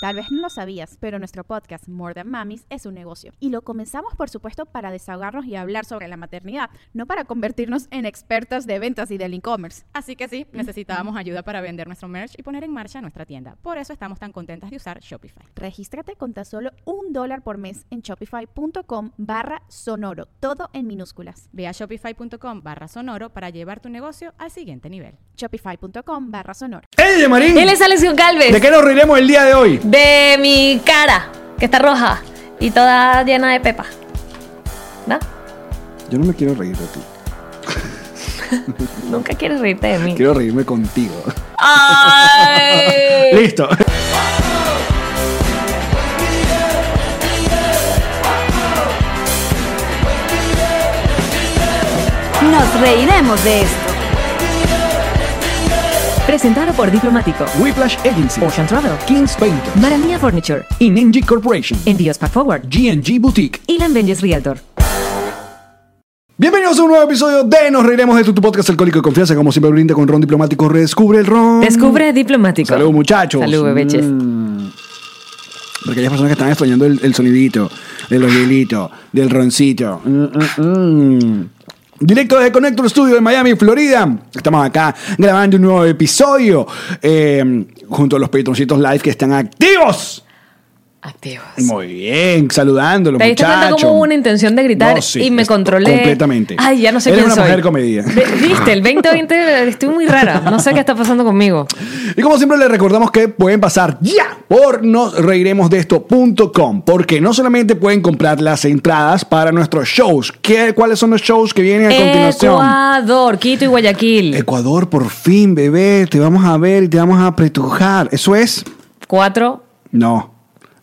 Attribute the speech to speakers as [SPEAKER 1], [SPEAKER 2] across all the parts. [SPEAKER 1] Tal vez no lo sabías, pero nuestro podcast More Than Mamis es un negocio. Y lo comenzamos, por supuesto, para desahogarnos y hablar sobre la maternidad, no para convertirnos en expertas de ventas y del e-commerce.
[SPEAKER 2] Así que sí, necesitábamos ayuda para vender nuestro merch y poner en marcha nuestra tienda. Por eso estamos tan contentas de usar Shopify.
[SPEAKER 1] Regístrate con tan solo un dólar por mes en shopify.com barra sonoro, todo en minúsculas.
[SPEAKER 2] Ve a shopify.com barra sonoro para llevar tu negocio al siguiente nivel.
[SPEAKER 1] Shopify.com barra sonoro.
[SPEAKER 3] ¡Ey, de Marín!
[SPEAKER 4] Él es Alex Goncalves.
[SPEAKER 3] ¿De qué nos reiremos el día de hoy?
[SPEAKER 4] De mi cara, que está roja y toda llena de pepa. ¿No?
[SPEAKER 3] Yo no me quiero reír de ti.
[SPEAKER 4] Nunca quieres reírte de mí.
[SPEAKER 3] Quiero reírme contigo.
[SPEAKER 4] ¡Ay!
[SPEAKER 3] Listo.
[SPEAKER 5] Nos reiremos de esto. Presentado por Diplomático,
[SPEAKER 3] Whiplash Agency,
[SPEAKER 5] Ocean Travel,
[SPEAKER 3] Kings Painter,
[SPEAKER 5] Maranía Furniture,
[SPEAKER 3] ING Corporation,
[SPEAKER 5] Envíos Pack Forward,
[SPEAKER 3] GNG Boutique.
[SPEAKER 5] Ilan Benjes Realtor.
[SPEAKER 3] Bienvenidos a un nuevo episodio de Nos Reiremos de tu, tu podcast alcohólico de confianza. Como siempre, brinda con Ron Diplomático. Redescubre el Ron.
[SPEAKER 5] Descubre Diplomático.
[SPEAKER 3] Salud, muchachos.
[SPEAKER 5] Salud, bebeches.
[SPEAKER 3] Mm. Porque aquellas personas que están extrañando el, el sonidito, del hielitos, del roncito. Mm, mm, mm. Directo desde Connector Studio de Miami, Florida. Estamos acá grabando un nuevo episodio eh, junto a los patroncitos live que están activos.
[SPEAKER 4] Activos.
[SPEAKER 3] Muy bien, saludándolos,
[SPEAKER 4] Te diste cuenta
[SPEAKER 3] muchachos.
[SPEAKER 4] como hubo una intención de gritar
[SPEAKER 3] No, sí,
[SPEAKER 4] y me
[SPEAKER 3] esto-
[SPEAKER 4] controlé.
[SPEAKER 3] Completamente.
[SPEAKER 4] Ay, ya no sé
[SPEAKER 3] Eres
[SPEAKER 4] quién
[SPEAKER 3] una
[SPEAKER 4] soy.
[SPEAKER 3] mujer comedia.
[SPEAKER 4] Ve- Viste, el 2020 estoy muy rara. No sé qué está pasando conmigo.
[SPEAKER 3] Y como siempre les recordamos que pueden pasar ya por nosreiremosdeesto.com porque no solamente pueden comprar las entradas para nuestros shows. ¿Qué, ¿Cuáles son los shows que vienen a continuación? Eh.
[SPEAKER 4] Ecuador, Quito y Guayaquil.
[SPEAKER 3] Ecuador, por fin, bebé, te vamos a ver y te vamos a apretujar. ¿Eso es?
[SPEAKER 4] 4,
[SPEAKER 3] No.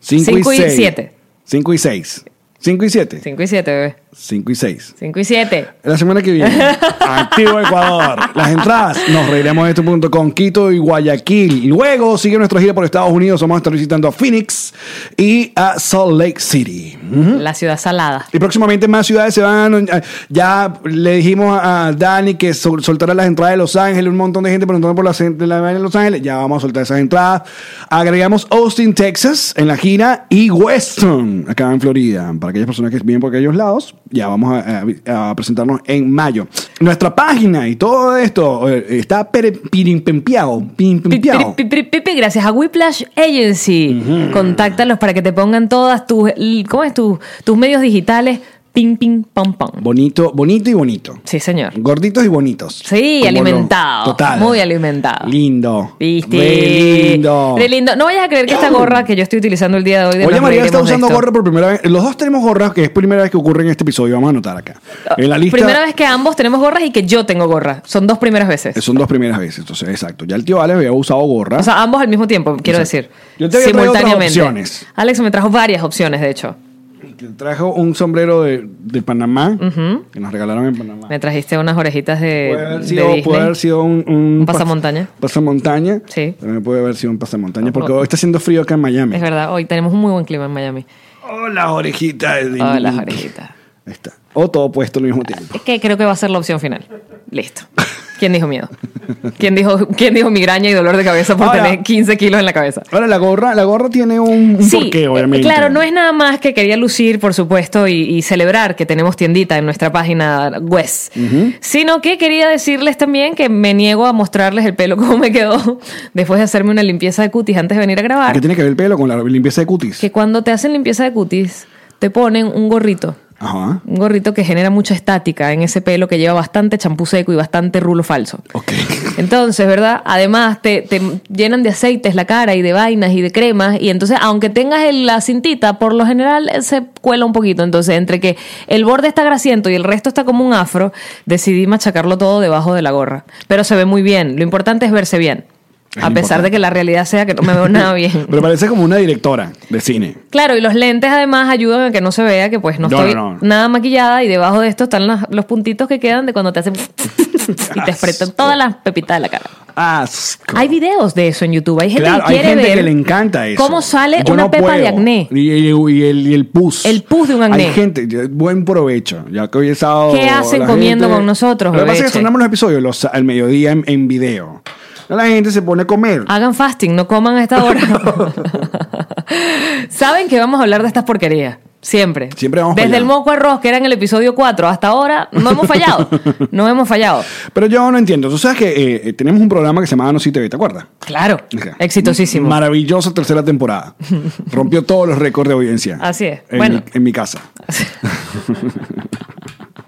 [SPEAKER 3] 5
[SPEAKER 4] Cinco
[SPEAKER 3] y
[SPEAKER 4] y
[SPEAKER 3] 7.
[SPEAKER 4] siete.
[SPEAKER 3] 5 y 6. 5 y 7.
[SPEAKER 4] 5 y 7, bebé.
[SPEAKER 3] 5 y 6.
[SPEAKER 4] 5 y 7.
[SPEAKER 3] La semana que viene, activo Ecuador. Las entradas, nos reiremos de este punto con Quito y Guayaquil. Luego sigue nuestra gira por Estados Unidos. Vamos a estar visitando a Phoenix y a Salt Lake City.
[SPEAKER 4] La ciudad salada.
[SPEAKER 3] Y próximamente más ciudades se van. eh, Ya le dijimos a Dani que sol- soltara las entradas de Los Ángeles. Un montón de gente preguntando por las en- de la vaina de Los Ángeles. Ya vamos a soltar esas entradas. Agregamos Austin, Texas en la gira y Weston acá en Florida. Para aquellas personas que vienen por aquellos lados, ya vamos a, a- a presentarnos en mayo. Nuestra página y todo esto eh, está pere- pirimpempiado.
[SPEAKER 4] Pi,
[SPEAKER 3] pirimpempiado.
[SPEAKER 4] pi, pi, pi, pi, Gracias a Whiplash Agency. Contáctalos para que te pongan todas tus, ¿cómo es? Tus, tus medios digitales. Ping, ping, pam, pam.
[SPEAKER 3] Bonito, bonito y bonito.
[SPEAKER 4] Sí, señor.
[SPEAKER 3] Gorditos y bonitos.
[SPEAKER 4] Sí,
[SPEAKER 3] Como
[SPEAKER 4] alimentado.
[SPEAKER 3] lo- total.
[SPEAKER 4] Muy alimentado.
[SPEAKER 3] Lindo.
[SPEAKER 4] ¿Viste?
[SPEAKER 3] Re lindo.
[SPEAKER 4] Re lindo. No vayas a creer que esta gorra que yo estoy utilizando el día de hoy. De
[SPEAKER 3] Oye,
[SPEAKER 4] Nos
[SPEAKER 3] María está
[SPEAKER 4] Reiremos de
[SPEAKER 3] usando
[SPEAKER 4] Esto,
[SPEAKER 3] gorra por primera vez. Los dos tenemos gorras, que es primera vez que ocurre en este episodio. Vamos a anotar acá. En la lista.
[SPEAKER 4] Primera vez que ambos tenemos gorras y que yo tengo gorra. Son dos primeras veces.
[SPEAKER 3] Son dos primeras veces, entonces, exacto. Ya el tío Alex había usado gorra.
[SPEAKER 4] O sea, ambos al mismo tiempo, quiero
[SPEAKER 3] Exacto.
[SPEAKER 4] decir.
[SPEAKER 3] Yo te había traído otras opciones.
[SPEAKER 4] Alex me trajo varias opciones, de hecho.
[SPEAKER 3] trajo un sombrero de, de Panamá, que nos regalaron en Panamá.
[SPEAKER 4] Me trajiste unas orejitas de.
[SPEAKER 3] Puede haber
[SPEAKER 4] de
[SPEAKER 3] sido,
[SPEAKER 4] Disney.
[SPEAKER 3] puede haber sido un,
[SPEAKER 4] Un pasamontaña.
[SPEAKER 3] pas- pasamontaña.
[SPEAKER 4] Sí.
[SPEAKER 3] También puede haber sido un pasamontaña, porque
[SPEAKER 4] Oh.
[SPEAKER 3] hoy está haciendo frío acá en Miami.
[SPEAKER 4] Es verdad, hoy tenemos un muy buen clima en Miami.
[SPEAKER 3] Oh, las orejitas. de-
[SPEAKER 4] Oh, las orejitas.
[SPEAKER 3] Ahí está. O todo puesto al mismo tiempo.
[SPEAKER 4] Es que creo que va a ser la opción final. Listo. ¿Quién dijo miedo? ¿Quién dijo, quién dijo migraña y dolor de cabeza por
[SPEAKER 3] Ahora-
[SPEAKER 4] tener 15 kilos en la cabeza?
[SPEAKER 3] Ahora, la gorra, la gorra tiene un, un porqué,
[SPEAKER 4] eh,
[SPEAKER 3] obviamente.
[SPEAKER 4] Claro, no es nada más que quería lucir, por supuesto, y, y celebrar que tenemos tiendita en nuestra página web, sino que quería decirles también que me niego a mostrarles el pelo como me quedó después de hacerme una limpieza de cutis antes de venir a
[SPEAKER 3] ¿Qué
[SPEAKER 4] grabar.
[SPEAKER 3] tiene que ver el pelo con la limpieza de cutis?
[SPEAKER 4] Que cuando te hacen limpieza de cutis, te ponen un gorrito.
[SPEAKER 3] Ajá.
[SPEAKER 4] Un gorrito que genera mucha estática en ese pelo que lleva bastante champú seco y bastante rulo falso.
[SPEAKER 3] Ok.
[SPEAKER 4] Entonces, ¿verdad? Además, te, te llenan de aceites la cara y de vainas y de cremas. Y entonces, aunque tengas el- la cintita, por lo general eh, se cuela un poquito. Entonces, entre que el borde está grasiento y el resto está como un afro, decidí machacarlo todo debajo de la gorra. Pero se ve muy bien. Lo importante es verse bien.
[SPEAKER 3] Es
[SPEAKER 4] a pesar
[SPEAKER 3] importante.
[SPEAKER 4] de que la realidad sea que no me veo nada bien.
[SPEAKER 3] Pero parece como una directora de cine.
[SPEAKER 4] Claro, y los lentes además ayudan a que no se vea que pues no,
[SPEAKER 3] No,
[SPEAKER 4] estoy
[SPEAKER 3] no, no.
[SPEAKER 4] nada maquillada y debajo de esto están las- los puntitos que quedan de cuando te hacen y te apretan todas las pepitas de la cara.
[SPEAKER 3] asco.
[SPEAKER 4] Hay videos de eso en YouTube. Hay gente
[SPEAKER 3] claro,
[SPEAKER 4] que
[SPEAKER 3] hay
[SPEAKER 4] quiere
[SPEAKER 3] gente
[SPEAKER 4] ver
[SPEAKER 3] que le encanta eso.
[SPEAKER 4] cómo sale
[SPEAKER 3] Yo
[SPEAKER 4] una
[SPEAKER 3] no
[SPEAKER 4] pepa
[SPEAKER 3] puedo.
[SPEAKER 4] de acné.
[SPEAKER 3] Y, y- y el, y el pus.
[SPEAKER 4] El pus de un acné.
[SPEAKER 3] Hay gente, yo- buen provecho. Ya que hoy es sábado.
[SPEAKER 4] ¿Qué hacen
[SPEAKER 3] la
[SPEAKER 4] comiendo con nosotros,
[SPEAKER 3] Lo que
[SPEAKER 4] bebé,
[SPEAKER 3] pasa es que
[SPEAKER 4] che?
[SPEAKER 3] sonamos los episodios los, al mediodía en, en video. La gente se pone a comer.
[SPEAKER 4] Hagan fasting, no coman a esta hora. Saben que vamos a hablar de estas porquerías. Siempre.
[SPEAKER 3] Siempre vamos
[SPEAKER 4] Desde
[SPEAKER 3] fallando.
[SPEAKER 4] el moco arroz, que era en el episodio 4, hasta ahora no hemos fallado. no hemos fallado.
[SPEAKER 3] Pero yo no entiendo. Tú sabes que eh, eh, tenemos un programa que se llama No Si TV, ¿te acuerdas?
[SPEAKER 4] Claro.
[SPEAKER 3] Ajá.
[SPEAKER 4] Exitosísimo.
[SPEAKER 3] Maravillosa tercera temporada. Rompió todos los récords de audiencia.
[SPEAKER 4] Así es.
[SPEAKER 3] En,
[SPEAKER 4] Bueno.
[SPEAKER 3] mi, en mi casa.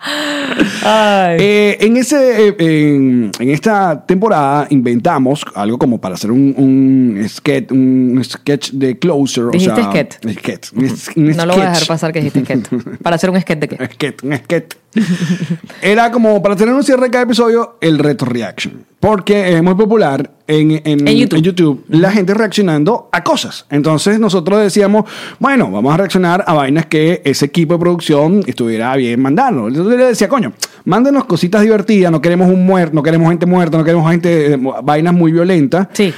[SPEAKER 4] Ay.
[SPEAKER 3] Eh, en, ese, eh, en, en esta temporada inventamos algo como para hacer un, un, sketch, un sketch de closer. o
[SPEAKER 4] Dijiste
[SPEAKER 3] sea,
[SPEAKER 4] sketch.
[SPEAKER 3] sketch, un es- un
[SPEAKER 4] no lo voy a
[SPEAKER 3] sketch.
[SPEAKER 4] dejar pasar que dijiste sketch. Para hacer un sketch de qué.
[SPEAKER 3] Esquet, un esquet. Era como para tener un cierre de cada episodio, el reto reaction. Porque es muy popular en, en-
[SPEAKER 4] En YouTube.
[SPEAKER 3] la gente reaccionando a cosas. Entonces nosotros decíamos, bueno, vamos a reaccionar a vainas que ese equipo de producción estuviera bien mandando. Entonces le decía, coño, mándenos cositas divertidas, no queremos un muerto, no queremos gente muerta, no queremos gente, eh, mu- vainas muy violentas.
[SPEAKER 4] Sí.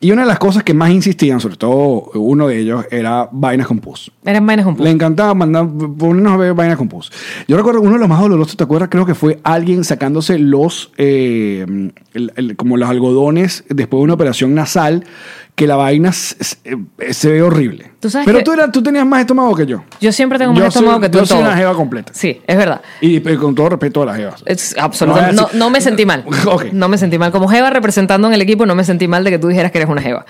[SPEAKER 3] Y una de las cosas que más insistían, sobre todo uno de ellos, era vainas con pus.
[SPEAKER 4] Eran vainas un poco.
[SPEAKER 3] Le encantaba mandar, ponernos a ver vainas con pus. Yo recuerdo uno de los más dolorosos, ¿te acuerdas? Creo que fue alguien sacándose los, eh, el- el- como los algodones después de una operación nasal, que la vaina s- s- eh, se ve horrible.
[SPEAKER 4] Tú sabes
[SPEAKER 3] Pero
[SPEAKER 4] que-
[SPEAKER 3] tú, eras- tú tenías más estómago que yo.
[SPEAKER 4] Yo siempre tengo más
[SPEAKER 3] Yo soy-
[SPEAKER 4] estómago que tú
[SPEAKER 3] yo
[SPEAKER 4] en
[SPEAKER 3] soy
[SPEAKER 4] todo.
[SPEAKER 3] una jeva completa.
[SPEAKER 4] Sí, es verdad.
[SPEAKER 3] Y eh, con todo respeto a las jevas.
[SPEAKER 4] Es absolutamente.
[SPEAKER 3] No,
[SPEAKER 4] No,
[SPEAKER 3] así-
[SPEAKER 4] no me sentí mal.
[SPEAKER 3] Ok.
[SPEAKER 4] No me sentí mal. Como Jeva representando en el equipo, no me sentí mal de que tú dijeras que eres una Jeva.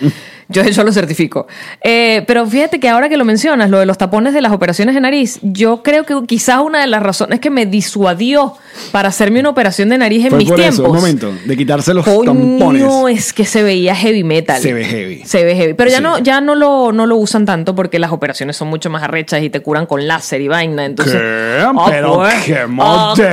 [SPEAKER 4] Yo, yo lo certifico. Eh, pero fíjate que ahora que lo mencionas, lo de los tapones de las operaciones de nariz, yo creo que quizás una de las razones que me disuadió para hacerme una operación de nariz en
[SPEAKER 3] Fue
[SPEAKER 4] mis
[SPEAKER 3] por
[SPEAKER 4] tiempos.
[SPEAKER 3] eso, un momento, de quitarse los tampones.
[SPEAKER 4] Coño, es que se veía heavy metal.
[SPEAKER 3] Se ve heavy.
[SPEAKER 4] Se ve heavy. Pero ya
[SPEAKER 3] Sí.
[SPEAKER 4] no, ya no lo, no lo usan tanto porque las operaciones son mucho más arrechas y te curan con láser y vaina. Entonces,
[SPEAKER 3] ¿Qué?
[SPEAKER 4] Ah,
[SPEAKER 3] Pero
[SPEAKER 4] pues.
[SPEAKER 3] qué
[SPEAKER 4] Ah, qué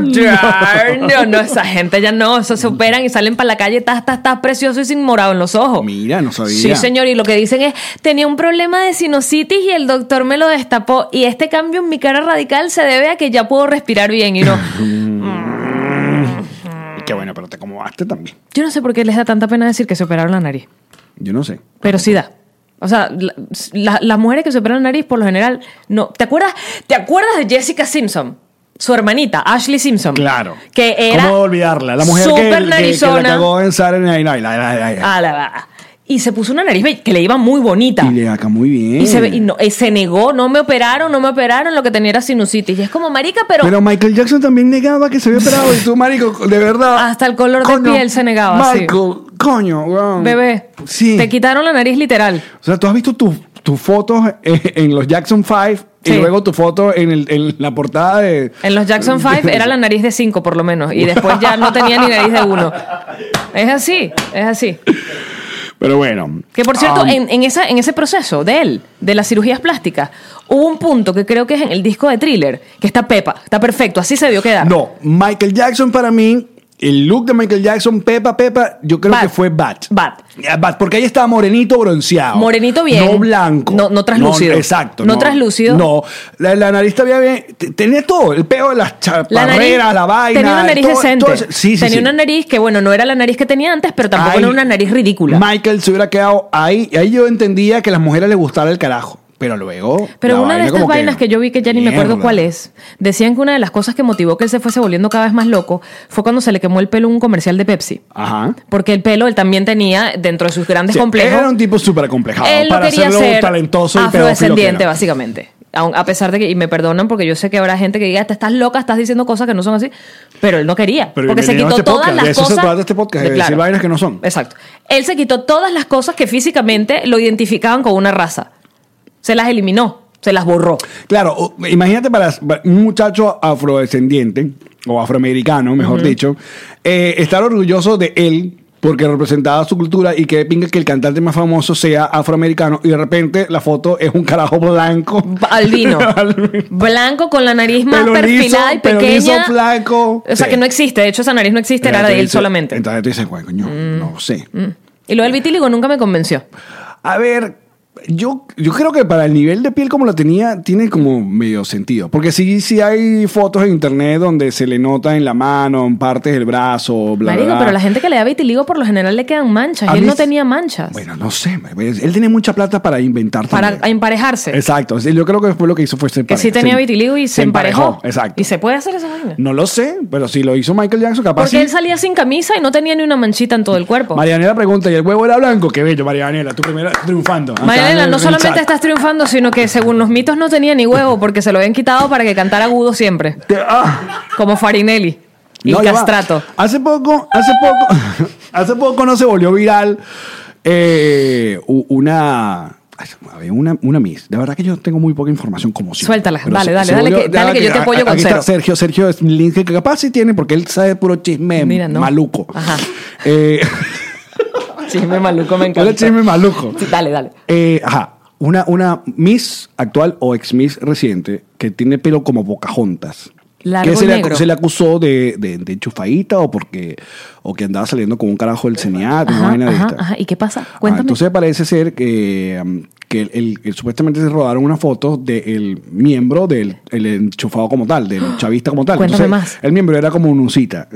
[SPEAKER 3] moderno.
[SPEAKER 4] moderno. No, esa gente ya no. Eso se operan y salen para la calle, estás, estás, estás precioso y sin morado en los ojos.
[SPEAKER 3] Mira, no sabía.
[SPEAKER 4] Sí, señor, y lo que dicen es, tenía un problema de sinusitis y el doctor me lo destapó y este cambio en mi cara radical se debe a que ya puedo respirar bien y no.
[SPEAKER 3] Qué bueno, pero te acomodaste también.
[SPEAKER 4] Yo no sé por qué les da tanta pena decir que se operaron la nariz.
[SPEAKER 3] Yo no sé.
[SPEAKER 4] Pero sí da. O sea, la- la- las mujeres que se operan la nariz, por lo general, no. ¿Te acuerdas? ¿Te acuerdas de Jessica Simpson? Su hermanita, Ashley Simpson.
[SPEAKER 3] Claro.
[SPEAKER 4] Que era.
[SPEAKER 3] ¿Cómo olvidarla? La mujer que,
[SPEAKER 4] súper
[SPEAKER 3] que- que la
[SPEAKER 4] narizona.
[SPEAKER 3] cagó en Saturday Night Live. La- la- la- la.
[SPEAKER 4] A la- a- y se puso una nariz be- que le iba muy bonita.
[SPEAKER 3] Y le acá muy bien.
[SPEAKER 4] Y se, ve- y no- y se negó, no me operaron, no me operaron, lo que tenía era sinusitis. Y es como, marica, pero,
[SPEAKER 3] Pero Michael Jackson también negaba que se había operado. Y tú, marico, de verdad.
[SPEAKER 4] Hasta el color de piel se negaba, sí.
[SPEAKER 3] Michael, coño, weón.
[SPEAKER 4] bebé,
[SPEAKER 3] Sí.
[SPEAKER 4] te quitaron la nariz literal.
[SPEAKER 3] O sea, tú has visto tus tus fotos eh, en los Jackson 5 y
[SPEAKER 4] Sí.
[SPEAKER 3] luego tu foto en, el- en la portada de.
[SPEAKER 4] En los Jackson 5 era la nariz de 5 por lo menos y después ya no tenía ni nariz de 1. Es así, es así.
[SPEAKER 3] Pero bueno.
[SPEAKER 4] Que por cierto,
[SPEAKER 3] um,
[SPEAKER 4] en, en esa, en ese proceso de él, de las cirugías plásticas, hubo un punto que creo que es en el disco de thriller, que está Pepa, está perfecto, así se vio quedar.
[SPEAKER 3] No, Michael Jackson para mí, el look de Michael Jackson, Pepa, Pepa, yo creo
[SPEAKER 4] Bad.
[SPEAKER 3] que fue Bat.
[SPEAKER 4] Bad.
[SPEAKER 3] Bat, porque ahí estaba morenito bronceado.
[SPEAKER 4] Morenito bien.
[SPEAKER 3] No blanco.
[SPEAKER 4] No- no traslúcido.
[SPEAKER 3] exacto.
[SPEAKER 4] No traslúcido.
[SPEAKER 3] No, la, la nariz estaba bien. te- Tenía todo, el peo de las
[SPEAKER 4] La
[SPEAKER 3] chaparreras,
[SPEAKER 4] nariz,
[SPEAKER 3] la vaina.
[SPEAKER 4] tenía una nariz
[SPEAKER 3] todo-
[SPEAKER 4] decente.
[SPEAKER 3] todo eso. sí, sí,
[SPEAKER 4] tenía
[SPEAKER 3] sí.
[SPEAKER 4] una nariz que, bueno, no era la nariz que tenía antes, pero tampoco
[SPEAKER 3] Ahí,
[SPEAKER 4] era una nariz ridícula.
[SPEAKER 3] Michael se hubiera quedado ahí. y Ahí yo entendía que a las mujeres les gustara el carajo. Pero luego.
[SPEAKER 4] Pero
[SPEAKER 3] la
[SPEAKER 4] una de
[SPEAKER 3] vaina
[SPEAKER 4] estas
[SPEAKER 3] como
[SPEAKER 4] vainas que, yo vi que ya ni me acuerdo
[SPEAKER 3] Mierda.
[SPEAKER 4] cuál es, decían que una de las cosas que motivó que él se fuese volviendo cada vez más loco fue cuando se le quemó el pelo en un comercial de Pepsi.
[SPEAKER 3] Ajá.
[SPEAKER 4] Porque el pelo él también tenía dentro de sus grandes
[SPEAKER 3] Sí,
[SPEAKER 4] complejos.
[SPEAKER 3] Era un tipo súper complejado.
[SPEAKER 4] él lo
[SPEAKER 3] para
[SPEAKER 4] quería
[SPEAKER 3] hacerlo
[SPEAKER 4] ser
[SPEAKER 3] talentoso y pedófilo que
[SPEAKER 4] afrodescendiente,
[SPEAKER 3] era.
[SPEAKER 4] básicamente. Aun- A pesar de que, y me perdonan porque yo sé que habrá gente que diga, te estás loca, estás diciendo cosas que no son así, pero él no quería.
[SPEAKER 3] Pero
[SPEAKER 4] porque se
[SPEAKER 3] bienvenido
[SPEAKER 4] quitó
[SPEAKER 3] a este
[SPEAKER 4] todas
[SPEAKER 3] podcast,
[SPEAKER 4] las
[SPEAKER 3] de eso se
[SPEAKER 4] cosas.
[SPEAKER 3] trata este podcast, de
[SPEAKER 4] de-
[SPEAKER 3] decir vainas que no son.
[SPEAKER 4] Exacto. Él se quitó todas las cosas que físicamente lo identificaban con una raza. Se las eliminó, se las borró.
[SPEAKER 3] Claro, o- imagínate para para un muchacho afrodescendiente o afroamericano, mejor dicho, eh, estar orgulloso de él porque representaba su cultura y que pinga que el cantante más famoso sea afroamericano y de repente la foto es un carajo blanco.
[SPEAKER 4] Albino. Blanco con la nariz más
[SPEAKER 3] Pelo
[SPEAKER 4] perfilada
[SPEAKER 3] liso,
[SPEAKER 4] y
[SPEAKER 3] pelo
[SPEAKER 4] pequeña.
[SPEAKER 3] liso, flaco.
[SPEAKER 4] O sea
[SPEAKER 3] Sí.
[SPEAKER 4] que no existe. De hecho, esa nariz no existe, era de él solamente. Mm.
[SPEAKER 3] Entonces tú dices, "Bueno, coño, no sé.
[SPEAKER 4] y lo del vitíligo nunca me convenció.
[SPEAKER 3] A ver, Yo, yo creo que para el nivel de piel como la tenía, tiene como medio sentido. Porque sí, sí hay fotos en internet donde se le nota en la mano, en partes del brazo, bla, bla,
[SPEAKER 4] Marico,
[SPEAKER 3] bla.
[SPEAKER 4] pero la gente que le da vitiligo por lo general le quedan manchas.
[SPEAKER 3] A
[SPEAKER 4] y él
[SPEAKER 3] mí
[SPEAKER 4] no
[SPEAKER 3] es-
[SPEAKER 4] tenía manchas.
[SPEAKER 3] Bueno, no sé. me- me- Él tenía mucha plata para inventar
[SPEAKER 4] para
[SPEAKER 3] también.
[SPEAKER 4] emparejarse.
[SPEAKER 3] Exacto. sí, Yo creo que fue lo que hizo fue se
[SPEAKER 4] Que sí
[SPEAKER 3] empare-
[SPEAKER 4] tenía
[SPEAKER 3] se-
[SPEAKER 4] vitiligo y se, emparejó.
[SPEAKER 3] Exacto.
[SPEAKER 4] Y se puede hacer esa vaina.
[SPEAKER 3] No lo sé, pero si lo hizo Michael Jackson, capaz
[SPEAKER 4] Porque
[SPEAKER 3] sí.
[SPEAKER 4] él salía sin camisa y no tenía ni una manchita en todo el cuerpo.
[SPEAKER 3] Marianela pregunta, ¿y el huevo era blanco? Qué bello, Marianela, tú primero triunfando. Acá
[SPEAKER 4] Mariana,
[SPEAKER 3] en el-
[SPEAKER 4] no
[SPEAKER 3] en el
[SPEAKER 4] solamente
[SPEAKER 3] chat.
[SPEAKER 4] estás triunfando, sino que según los mitos no tenía ni huevo porque se lo habían quitado para que cantara agudo siempre.
[SPEAKER 3] Te- ah.
[SPEAKER 4] Como Farinelli y
[SPEAKER 3] No, ya va.
[SPEAKER 4] Castrato.
[SPEAKER 3] Hace poco, hace poco, hace poco no se volvió viral eh, u- una... ay, Había una, una Miss. De verdad que yo tengo muy poca información como siempre.
[SPEAKER 4] Suéltala,
[SPEAKER 3] Pero
[SPEAKER 4] dale,
[SPEAKER 3] se-
[SPEAKER 4] dale,
[SPEAKER 3] se
[SPEAKER 4] dale
[SPEAKER 3] volvió-
[SPEAKER 4] que- dale que yo te
[SPEAKER 3] a-
[SPEAKER 4] apoyo
[SPEAKER 3] a-
[SPEAKER 4] con
[SPEAKER 3] aquí está
[SPEAKER 4] cero.
[SPEAKER 3] Sergio, Sergio es un link que capaz sí tiene porque él sabe puro chisme
[SPEAKER 4] Mira, no.
[SPEAKER 3] maluco.
[SPEAKER 4] Ajá.
[SPEAKER 3] Eh,
[SPEAKER 4] Chisme maluco, me
[SPEAKER 3] puro
[SPEAKER 4] encanta.
[SPEAKER 3] chisme maluco.
[SPEAKER 4] Sí, dale, dale.
[SPEAKER 3] Eh, ajá. Una, una Miss actual o ex Miss reciente que tiene pelo como bocajontas.
[SPEAKER 4] Largo
[SPEAKER 3] que se,
[SPEAKER 4] y
[SPEAKER 3] le, acu-
[SPEAKER 4] negro.
[SPEAKER 3] se le acusó de, de, de enchufadita o porque o que andaba saliendo con un carajo del CNA, una
[SPEAKER 4] Ajá,
[SPEAKER 3] vaina de
[SPEAKER 4] ajá,
[SPEAKER 3] esta.
[SPEAKER 4] ajá. ¿Y qué pasa?
[SPEAKER 3] Ah,
[SPEAKER 4] Cuéntame.
[SPEAKER 3] entonces parece ser que, um, que el- el- el- supuestamente se rodaron una foto del miembro del el enchufado como tal, del chavista como tal.
[SPEAKER 4] Cuéntame
[SPEAKER 3] Entonces,
[SPEAKER 4] más.
[SPEAKER 3] El miembro era como un uncita.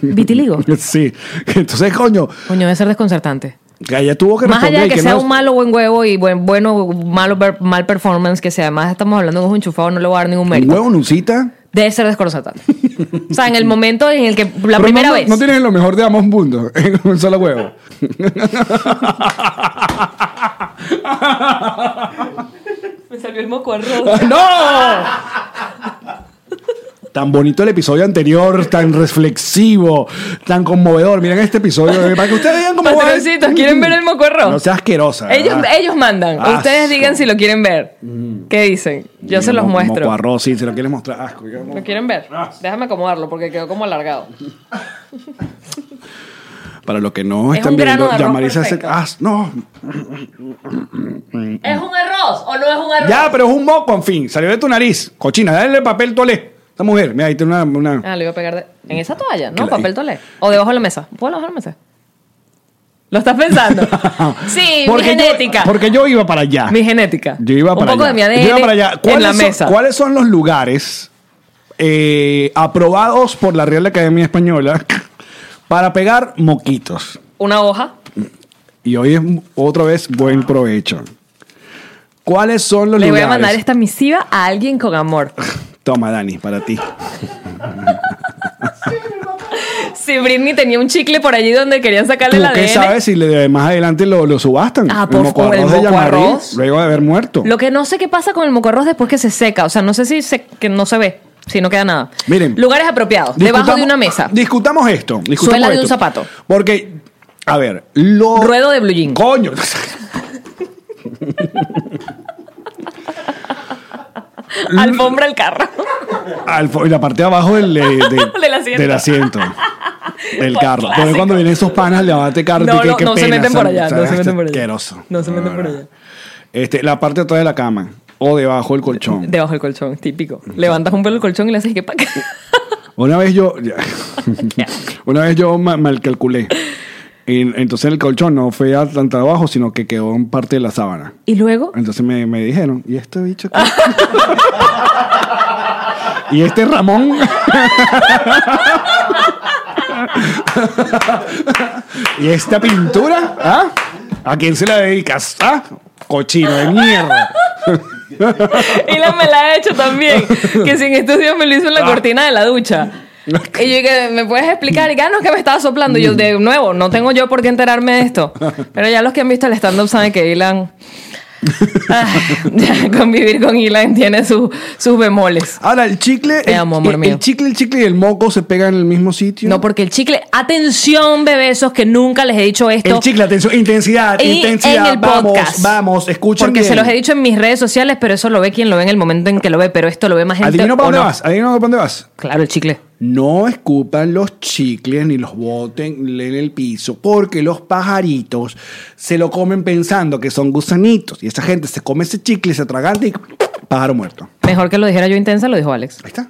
[SPEAKER 4] Vitiligo.
[SPEAKER 3] sí. Entonces, coño,
[SPEAKER 4] Coño, debe ser desconcertante.
[SPEAKER 3] que ella tuvo que
[SPEAKER 4] Más allá
[SPEAKER 3] responder
[SPEAKER 4] de
[SPEAKER 3] y
[SPEAKER 4] que, sea
[SPEAKER 3] no-
[SPEAKER 4] un malo buen huevo y buen, bueno, malo, per- mal performance, que sea, además estamos hablando de un enchufado, no le voy a dar ningún
[SPEAKER 3] un
[SPEAKER 4] mérito.
[SPEAKER 3] huevo, un uncita.
[SPEAKER 4] Debe ser desconcertante. o sea, en el momento en el que, la
[SPEAKER 3] Pero
[SPEAKER 4] primera
[SPEAKER 3] no, no-
[SPEAKER 4] vez.
[SPEAKER 3] No tienes lo mejor de ambos mundos en un solo huevo.
[SPEAKER 4] Me salió el moco arroz.
[SPEAKER 3] ¡No! Tan bonito el episodio anterior, tan reflexivo, tan conmovedor. Miren este episodio. eh, Para que ustedes vean cómo va.
[SPEAKER 4] Patroncitos, ¿quieren ver el mocorro?
[SPEAKER 3] No seas asquerosa.
[SPEAKER 4] Ellos,
[SPEAKER 3] ¿verdad?
[SPEAKER 4] ellos mandan.
[SPEAKER 3] Asco.
[SPEAKER 4] Ustedes digan si lo quieren ver.
[SPEAKER 3] Mm.
[SPEAKER 4] ¿Qué dicen? Yo se los
[SPEAKER 3] Mo-
[SPEAKER 4] muestro.
[SPEAKER 3] Moco arroz, sí, se lo quieres mostrar. Asco, yo no-
[SPEAKER 4] ¿Lo quieren ver?
[SPEAKER 3] Ah.
[SPEAKER 4] Déjame acomodarlo porque quedó como alargado.
[SPEAKER 3] Mm. Para los que no
[SPEAKER 4] Es
[SPEAKER 3] están
[SPEAKER 4] un grano
[SPEAKER 3] viendo,
[SPEAKER 4] de arroz
[SPEAKER 3] ya Marisa hace.
[SPEAKER 4] perfecto.
[SPEAKER 3] Ah, no.
[SPEAKER 4] ¿Es un arroz o no es un arroz?
[SPEAKER 3] Ya, pero es un moco, en fin. Salió de tu nariz. Cochina, dale papel tolé. Esta mujer, mira, ahí tiene una. una-
[SPEAKER 4] Ah, lo iba a pegar de- en esa toalla,
[SPEAKER 3] Que
[SPEAKER 4] ¿no?
[SPEAKER 3] la-
[SPEAKER 4] Papel tolé. O debajo de la mesa. ¿Puedo debajo de la mesa? ¿Lo estás pensando?
[SPEAKER 3] Ah.
[SPEAKER 4] sí, mi
[SPEAKER 3] Porque yo-
[SPEAKER 4] genética.
[SPEAKER 3] porque yo iba para allá.
[SPEAKER 4] Mi genética.
[SPEAKER 3] Yo iba para
[SPEAKER 4] Un poco
[SPEAKER 3] allá.
[SPEAKER 4] de mi ADN
[SPEAKER 3] Yo iba para allá.
[SPEAKER 4] en
[SPEAKER 3] ¿Cuáles
[SPEAKER 4] la
[SPEAKER 3] son-
[SPEAKER 4] mesa.
[SPEAKER 3] ¿Cuáles son los lugares eh, aprobados por la Real Academia Española para pegar moquitos?
[SPEAKER 4] Una hoja.
[SPEAKER 3] Y hoy es otra vez buen provecho. ¿Cuáles son los
[SPEAKER 4] Le voy
[SPEAKER 3] lugares?
[SPEAKER 4] a mandar esta misiva a alguien con amor.
[SPEAKER 3] Toma, Dani, para ti.
[SPEAKER 4] Si Britney tenía un chicle por allí donde querían sacarle
[SPEAKER 3] ¿Tú
[SPEAKER 4] la
[SPEAKER 3] qué
[SPEAKER 4] ADN.
[SPEAKER 3] sabes si le- más adelante lo, lo subastan?
[SPEAKER 4] Ah, por favor, el
[SPEAKER 3] mocoarroz de
[SPEAKER 4] moco
[SPEAKER 3] Yamarriz,
[SPEAKER 4] arroz.
[SPEAKER 3] luego de haber muerto.
[SPEAKER 4] Lo que no sé qué pasa con el mocorroz después que se seca. O sea, no sé si se- que no se ve, si no queda nada.
[SPEAKER 3] Miren.
[SPEAKER 4] Lugares apropiados, debajo de
[SPEAKER 3] Discutamos-
[SPEAKER 4] una mesa.
[SPEAKER 3] Discutamos esto. Discutamos
[SPEAKER 4] Suela de
[SPEAKER 3] esto.
[SPEAKER 4] un zapato.
[SPEAKER 3] Porque, a ver, lo.
[SPEAKER 4] Ruedo de blue jean.
[SPEAKER 3] Coño.
[SPEAKER 4] Alfombra al carro.
[SPEAKER 3] Al fo- y la parte de abajo del, eh, de-
[SPEAKER 4] Del asiento.
[SPEAKER 3] del asiento. Del
[SPEAKER 4] Pues,
[SPEAKER 3] carro. Entonces
[SPEAKER 4] clásico.
[SPEAKER 3] cuando vienen esos panas le van a carro.
[SPEAKER 4] No,
[SPEAKER 3] que-
[SPEAKER 4] no,
[SPEAKER 3] qué
[SPEAKER 4] no se
[SPEAKER 3] pena,
[SPEAKER 4] meten por allá,
[SPEAKER 3] ¿sabes?
[SPEAKER 4] no se meten por allá.
[SPEAKER 3] Asqueroso.
[SPEAKER 4] No se meten por allá.
[SPEAKER 3] Este, la parte de atrás de la cama o debajo del colchón.
[SPEAKER 4] Debajo del colchón, típico. Levantas un pelo del colchón y le haces que pa' acá.
[SPEAKER 3] Una vez yo. una vez yo ma- mal calculé. Y entonces el colchón no fue a tan abajo, sino que quedó en parte de la sábana.
[SPEAKER 4] Y luego,
[SPEAKER 3] Entonces me, me dijeron, ¿y este bicho qué? ¿Y este Ramón? ¿Y esta pintura? ¿Ah? ¿A quién se la dedicas? ¿Ah? Cochino de mierda.
[SPEAKER 4] y la me la he hecho también. Que si en estos días me lo hizo en
[SPEAKER 3] Ah.
[SPEAKER 4] la cortina de la ducha. Y yo dije, ¿me puedes explicar? Y que, ah, no, que me estaba soplando. Y yo, de nuevo, no tengo yo por qué enterarme de esto. Pero ya los que han visto el stand-up saben que Ilan... Ah, ya convivir con Ilan tiene sus- sus bemoles.
[SPEAKER 3] Ahora, el chicle.
[SPEAKER 4] Te
[SPEAKER 3] el,
[SPEAKER 4] amo, amor
[SPEAKER 3] el-
[SPEAKER 4] mío.
[SPEAKER 3] el chicle, el chicle y el moco se pegan en el mismo sitio.
[SPEAKER 4] No, porque el chicle. Atención, bebesos, que nunca les he dicho esto.
[SPEAKER 3] El chicle, atención, intensidad,
[SPEAKER 4] Y-
[SPEAKER 3] intensidad.
[SPEAKER 4] en el
[SPEAKER 3] vamos,
[SPEAKER 4] podcast.
[SPEAKER 3] vamos, escuchen.
[SPEAKER 4] Porque se
[SPEAKER 3] bien.
[SPEAKER 4] los he dicho en mis redes sociales, pero eso lo ve quien lo ve en el momento en que lo ve, pero esto lo ve más gente.
[SPEAKER 3] Adivino para
[SPEAKER 4] ¿o
[SPEAKER 3] dónde
[SPEAKER 4] no?
[SPEAKER 3] vas, adivino para dónde vas.
[SPEAKER 4] Claro, el chicle.
[SPEAKER 3] No escupan los chicles ni los boten en el piso porque los pajaritos se lo comen pensando que son gusanitos. Y esa gente se come ese chicle, se atraganta y pájaro muerto.
[SPEAKER 4] Mejor que lo dijera yo intensa, lo dijo Alex.
[SPEAKER 3] Ahí está.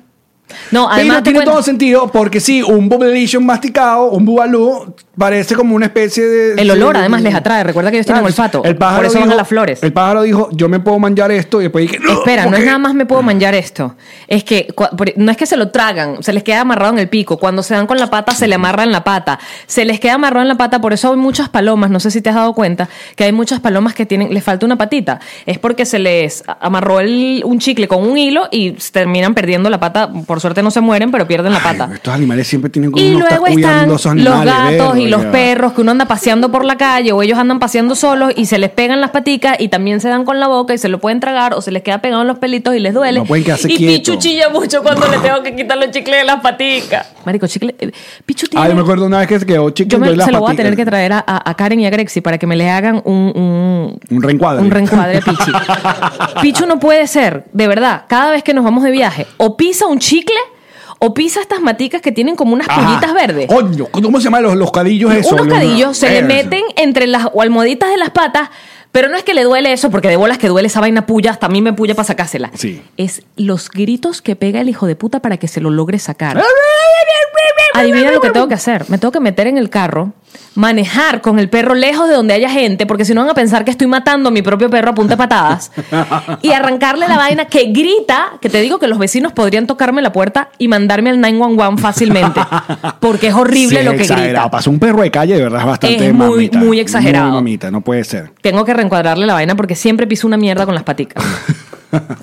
[SPEAKER 4] No,
[SPEAKER 3] Pero
[SPEAKER 4] además. te
[SPEAKER 3] tiene
[SPEAKER 4] cuento-
[SPEAKER 3] todo sentido porque sí, un Bubblicious masticado, un Bubalú, parece como una especie de...
[SPEAKER 4] El olor
[SPEAKER 3] de-
[SPEAKER 4] además les atrae. Recuerda que ellos tienen
[SPEAKER 3] Claro,
[SPEAKER 4] olfato.
[SPEAKER 3] El pájaro
[SPEAKER 4] Por eso van a
[SPEAKER 3] dijo-
[SPEAKER 4] las flores.
[SPEAKER 3] El pájaro dijo, yo me puedo manchar esto y después dije, "No, Mm.
[SPEAKER 4] Espera, no
[SPEAKER 3] ¿por
[SPEAKER 4] es
[SPEAKER 3] qué?".
[SPEAKER 4] nada más me puedo manchar esto. Es que cua- por- no es que se lo tragan, se les queda amarrado en el pico. Cuando se dan con la pata, se le amarra en la pata. Se les queda amarrado en la pata, por eso hay muchas palomas, no sé si te has dado cuenta, que hay muchas palomas que tienen, les falta una patita. Es porque se les a- amarró el- un chicle con un hilo y s- terminan perdiendo la pata. Por suerte no se mueren, pero pierden la
[SPEAKER 3] Ay,
[SPEAKER 4] pata.
[SPEAKER 3] estos animales siempre tienen como
[SPEAKER 4] Y
[SPEAKER 3] unos
[SPEAKER 4] luego
[SPEAKER 3] estás
[SPEAKER 4] están
[SPEAKER 3] cuidando
[SPEAKER 4] los
[SPEAKER 3] esos animales, ¿eh?
[SPEAKER 4] gatos y
[SPEAKER 3] verga. Ah,
[SPEAKER 4] los perros que uno anda paseando por la calle o ellos andan paseando solos y se les pegan las paticas y también se dan con la boca y se lo pueden tragar o se les queda pegado en los pelitos y les duele.
[SPEAKER 3] No pueden quedarse
[SPEAKER 4] y
[SPEAKER 3] quietos.
[SPEAKER 4] Pichu chilla mucho cuando le tengo que quitar los chicles de las paticas. Marico, chicle. eh, Pichu tiene.
[SPEAKER 3] Ah, yo me acuerdo una vez que se quedó chiquito
[SPEAKER 4] Yo me-
[SPEAKER 3] y las
[SPEAKER 4] se lo voy a
[SPEAKER 3] paticas.
[SPEAKER 4] tener que traer a, a- a Karen y a Grexi para que me les hagan un- un,
[SPEAKER 3] Un reencuadre.
[SPEAKER 4] un reencuadre a Pichu. Pichu no puede ser, de verdad, cada vez que nos vamos de viaje, o pisa un chicle o pisa estas maticas que tienen como unas
[SPEAKER 3] Ajá.
[SPEAKER 4] pullitas verdes.
[SPEAKER 3] Coño, ¿cómo se llaman los, los cadillos esos?
[SPEAKER 4] Unos
[SPEAKER 3] Los-
[SPEAKER 4] cadillos se le
[SPEAKER 3] verga.
[SPEAKER 4] meten entre las o almohaditas de las patas, pero no es que le duele eso, porque de bolas que duele esa vaina puya, hasta a mí me puya para sacársela.
[SPEAKER 3] Sí.
[SPEAKER 4] Es los gritos que pega el hijo de puta para que se lo logre sacar. Adivina lo que tengo que hacer. Me tengo que meter en el carro, manejar con el perro lejos de donde haya gente, porque si no van a pensar que estoy matando a mi propio perro a punta de patadas, y arrancarle la vaina que grita, que te digo que los vecinos podrían tocarme la puerta y mandarme al 911 fácilmente, porque es horrible
[SPEAKER 3] Sí,
[SPEAKER 4] lo que
[SPEAKER 3] exagerado.
[SPEAKER 4] grita.
[SPEAKER 3] Pasa un perro de calle, de verdad, es bastante
[SPEAKER 4] Es muy-
[SPEAKER 3] mamita.
[SPEAKER 4] muy exagerado.
[SPEAKER 3] Muy mamita, no puede ser.
[SPEAKER 4] Tengo que reencuadrarle la vaina porque siempre piso una mierda con las paticas.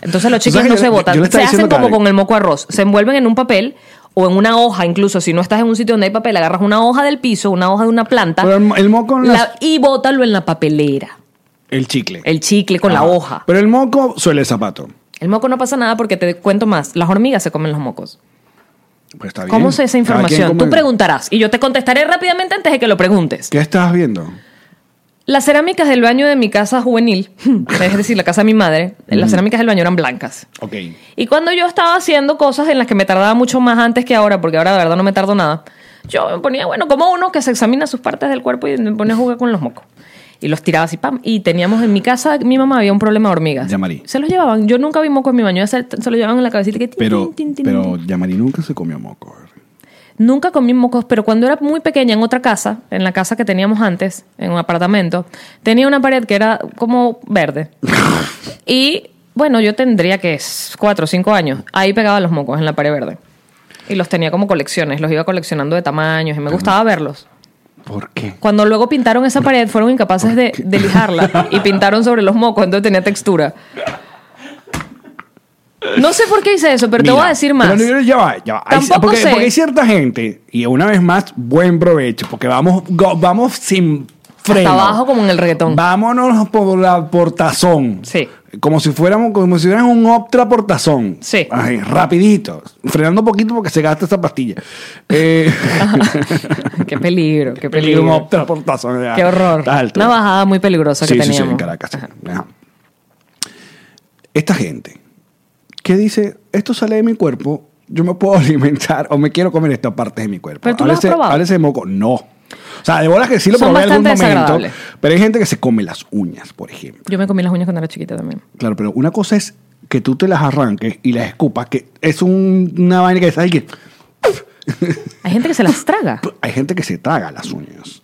[SPEAKER 4] Entonces los
[SPEAKER 3] Tú sabes
[SPEAKER 4] chicles
[SPEAKER 3] que
[SPEAKER 4] no
[SPEAKER 3] yo-
[SPEAKER 4] se
[SPEAKER 3] yo
[SPEAKER 4] botan.
[SPEAKER 3] le
[SPEAKER 4] Se
[SPEAKER 3] estaba
[SPEAKER 4] hacen
[SPEAKER 3] diciendo a
[SPEAKER 4] como
[SPEAKER 3] Karen.
[SPEAKER 4] con el moco arroz. Se envuelven en un papel o en una hoja, incluso si no estás en un sitio donde hay papel, agarras una hoja del piso, una hoja de una planta
[SPEAKER 3] Pero el, el moco, en
[SPEAKER 4] la-
[SPEAKER 3] las-
[SPEAKER 4] y bótalo en la papelera.
[SPEAKER 3] el chicle.
[SPEAKER 4] El chicle con la
[SPEAKER 3] Ajá.
[SPEAKER 4] hoja.
[SPEAKER 3] Pero el moco suele el zapato.
[SPEAKER 4] El moco no pasa nada porque te cuento más. Las hormigas se comen los mocos.
[SPEAKER 3] Pues está bien.
[SPEAKER 4] ¿Cómo sé esa
[SPEAKER 3] Cada quien
[SPEAKER 4] información?
[SPEAKER 3] come-
[SPEAKER 4] Tú preguntarás y yo te contestaré rápidamente antes de que lo preguntes.
[SPEAKER 3] ¿Qué estás viendo?
[SPEAKER 4] Las cerámicas del baño de mi casa juvenil, es decir, la casa de mi madre, las cerámicas del baño eran blancas.
[SPEAKER 3] Ok.
[SPEAKER 4] Y cuando yo estaba haciendo cosas en las que me tardaba mucho más antes que ahora, porque ahora de verdad no me tardo nada, yo me ponía, bueno, como uno que se examina sus partes del cuerpo y me ponía a jugar con los mocos. Y los tiraba así, pam. Y teníamos en mi casa, mi mamá había un problema de hormigas.
[SPEAKER 3] Yamari.
[SPEAKER 4] Se los llevaban. Yo nunca vi moco en mi baño. Se, se los llevaban en la cabecita. Que tin,
[SPEAKER 3] Pero,
[SPEAKER 4] tin, tin, tin,
[SPEAKER 3] pero
[SPEAKER 4] tin.
[SPEAKER 3] Yamari nunca se comió moco. verga.
[SPEAKER 4] Nunca comí mocos, pero cuando era muy pequeña en otra casa, en la casa que teníamos antes, en un apartamento, tenía una pared que era como verde. y bueno, yo tendría que es cuatro o cinco años. Ahí pegaba los mocos en la pared verde. Y los tenía como colecciones, los iba coleccionando de tamaños y me gustaba verlos.
[SPEAKER 3] ¿Por qué?
[SPEAKER 4] Cuando luego pintaron esa pared, fueron incapaces de, de lijarla y pintaron sobre los mocos, entonces tenía textura. No sé por qué hice eso, pero te voy a
[SPEAKER 3] Mira,
[SPEAKER 4] decir más.
[SPEAKER 3] pero no, ya va, ya va. Hay-
[SPEAKER 4] Tampoco
[SPEAKER 3] porque,
[SPEAKER 4] sé.
[SPEAKER 3] porque hay cierta gente, y una vez más, buen provecho, porque vamos, go- vamos sin freno.
[SPEAKER 4] abajo como en el reggaetón.
[SPEAKER 3] Vámonos por la portazón.
[SPEAKER 4] Sí.
[SPEAKER 3] Como si fuéramos, como si fueran un optra portazón.
[SPEAKER 4] Sí.
[SPEAKER 3] Ay, rapidito. Frenando un poquito porque se gasta esa pastilla. Eh,
[SPEAKER 4] qué peligro, qué
[SPEAKER 3] peligro un
[SPEAKER 4] peligro.
[SPEAKER 3] optra portazón. ya.
[SPEAKER 4] Qué horror.
[SPEAKER 3] Está alto.
[SPEAKER 4] Una bajada muy peligrosa
[SPEAKER 3] Sí,
[SPEAKER 4] que
[SPEAKER 3] sí, sí,
[SPEAKER 4] teníamos.
[SPEAKER 3] en Caracas. sí.
[SPEAKER 4] Ajá.
[SPEAKER 3] Ajá. Esta gente que dice, esto sale de mi cuerpo, yo me puedo alimentar o me quiero comer esta parte de mi cuerpo.
[SPEAKER 4] Pero tú lo has
[SPEAKER 3] Háblese-
[SPEAKER 4] probado.
[SPEAKER 3] háblese de moco, no. O sea, de bolas que sí lo
[SPEAKER 4] Son
[SPEAKER 3] probé en algún
[SPEAKER 4] bastante
[SPEAKER 3] momento.
[SPEAKER 4] desagradables.
[SPEAKER 3] Pero hay gente que se come las uñas, por ejemplo.
[SPEAKER 4] Yo me comí las uñas cuando era chiquita también.
[SPEAKER 3] Claro, pero una cosa es que tú te las arranques y las escupas, que es un- una vaina que es alguien.
[SPEAKER 4] Hay gente que se las traga.
[SPEAKER 3] Hay gente que se traga las uñas.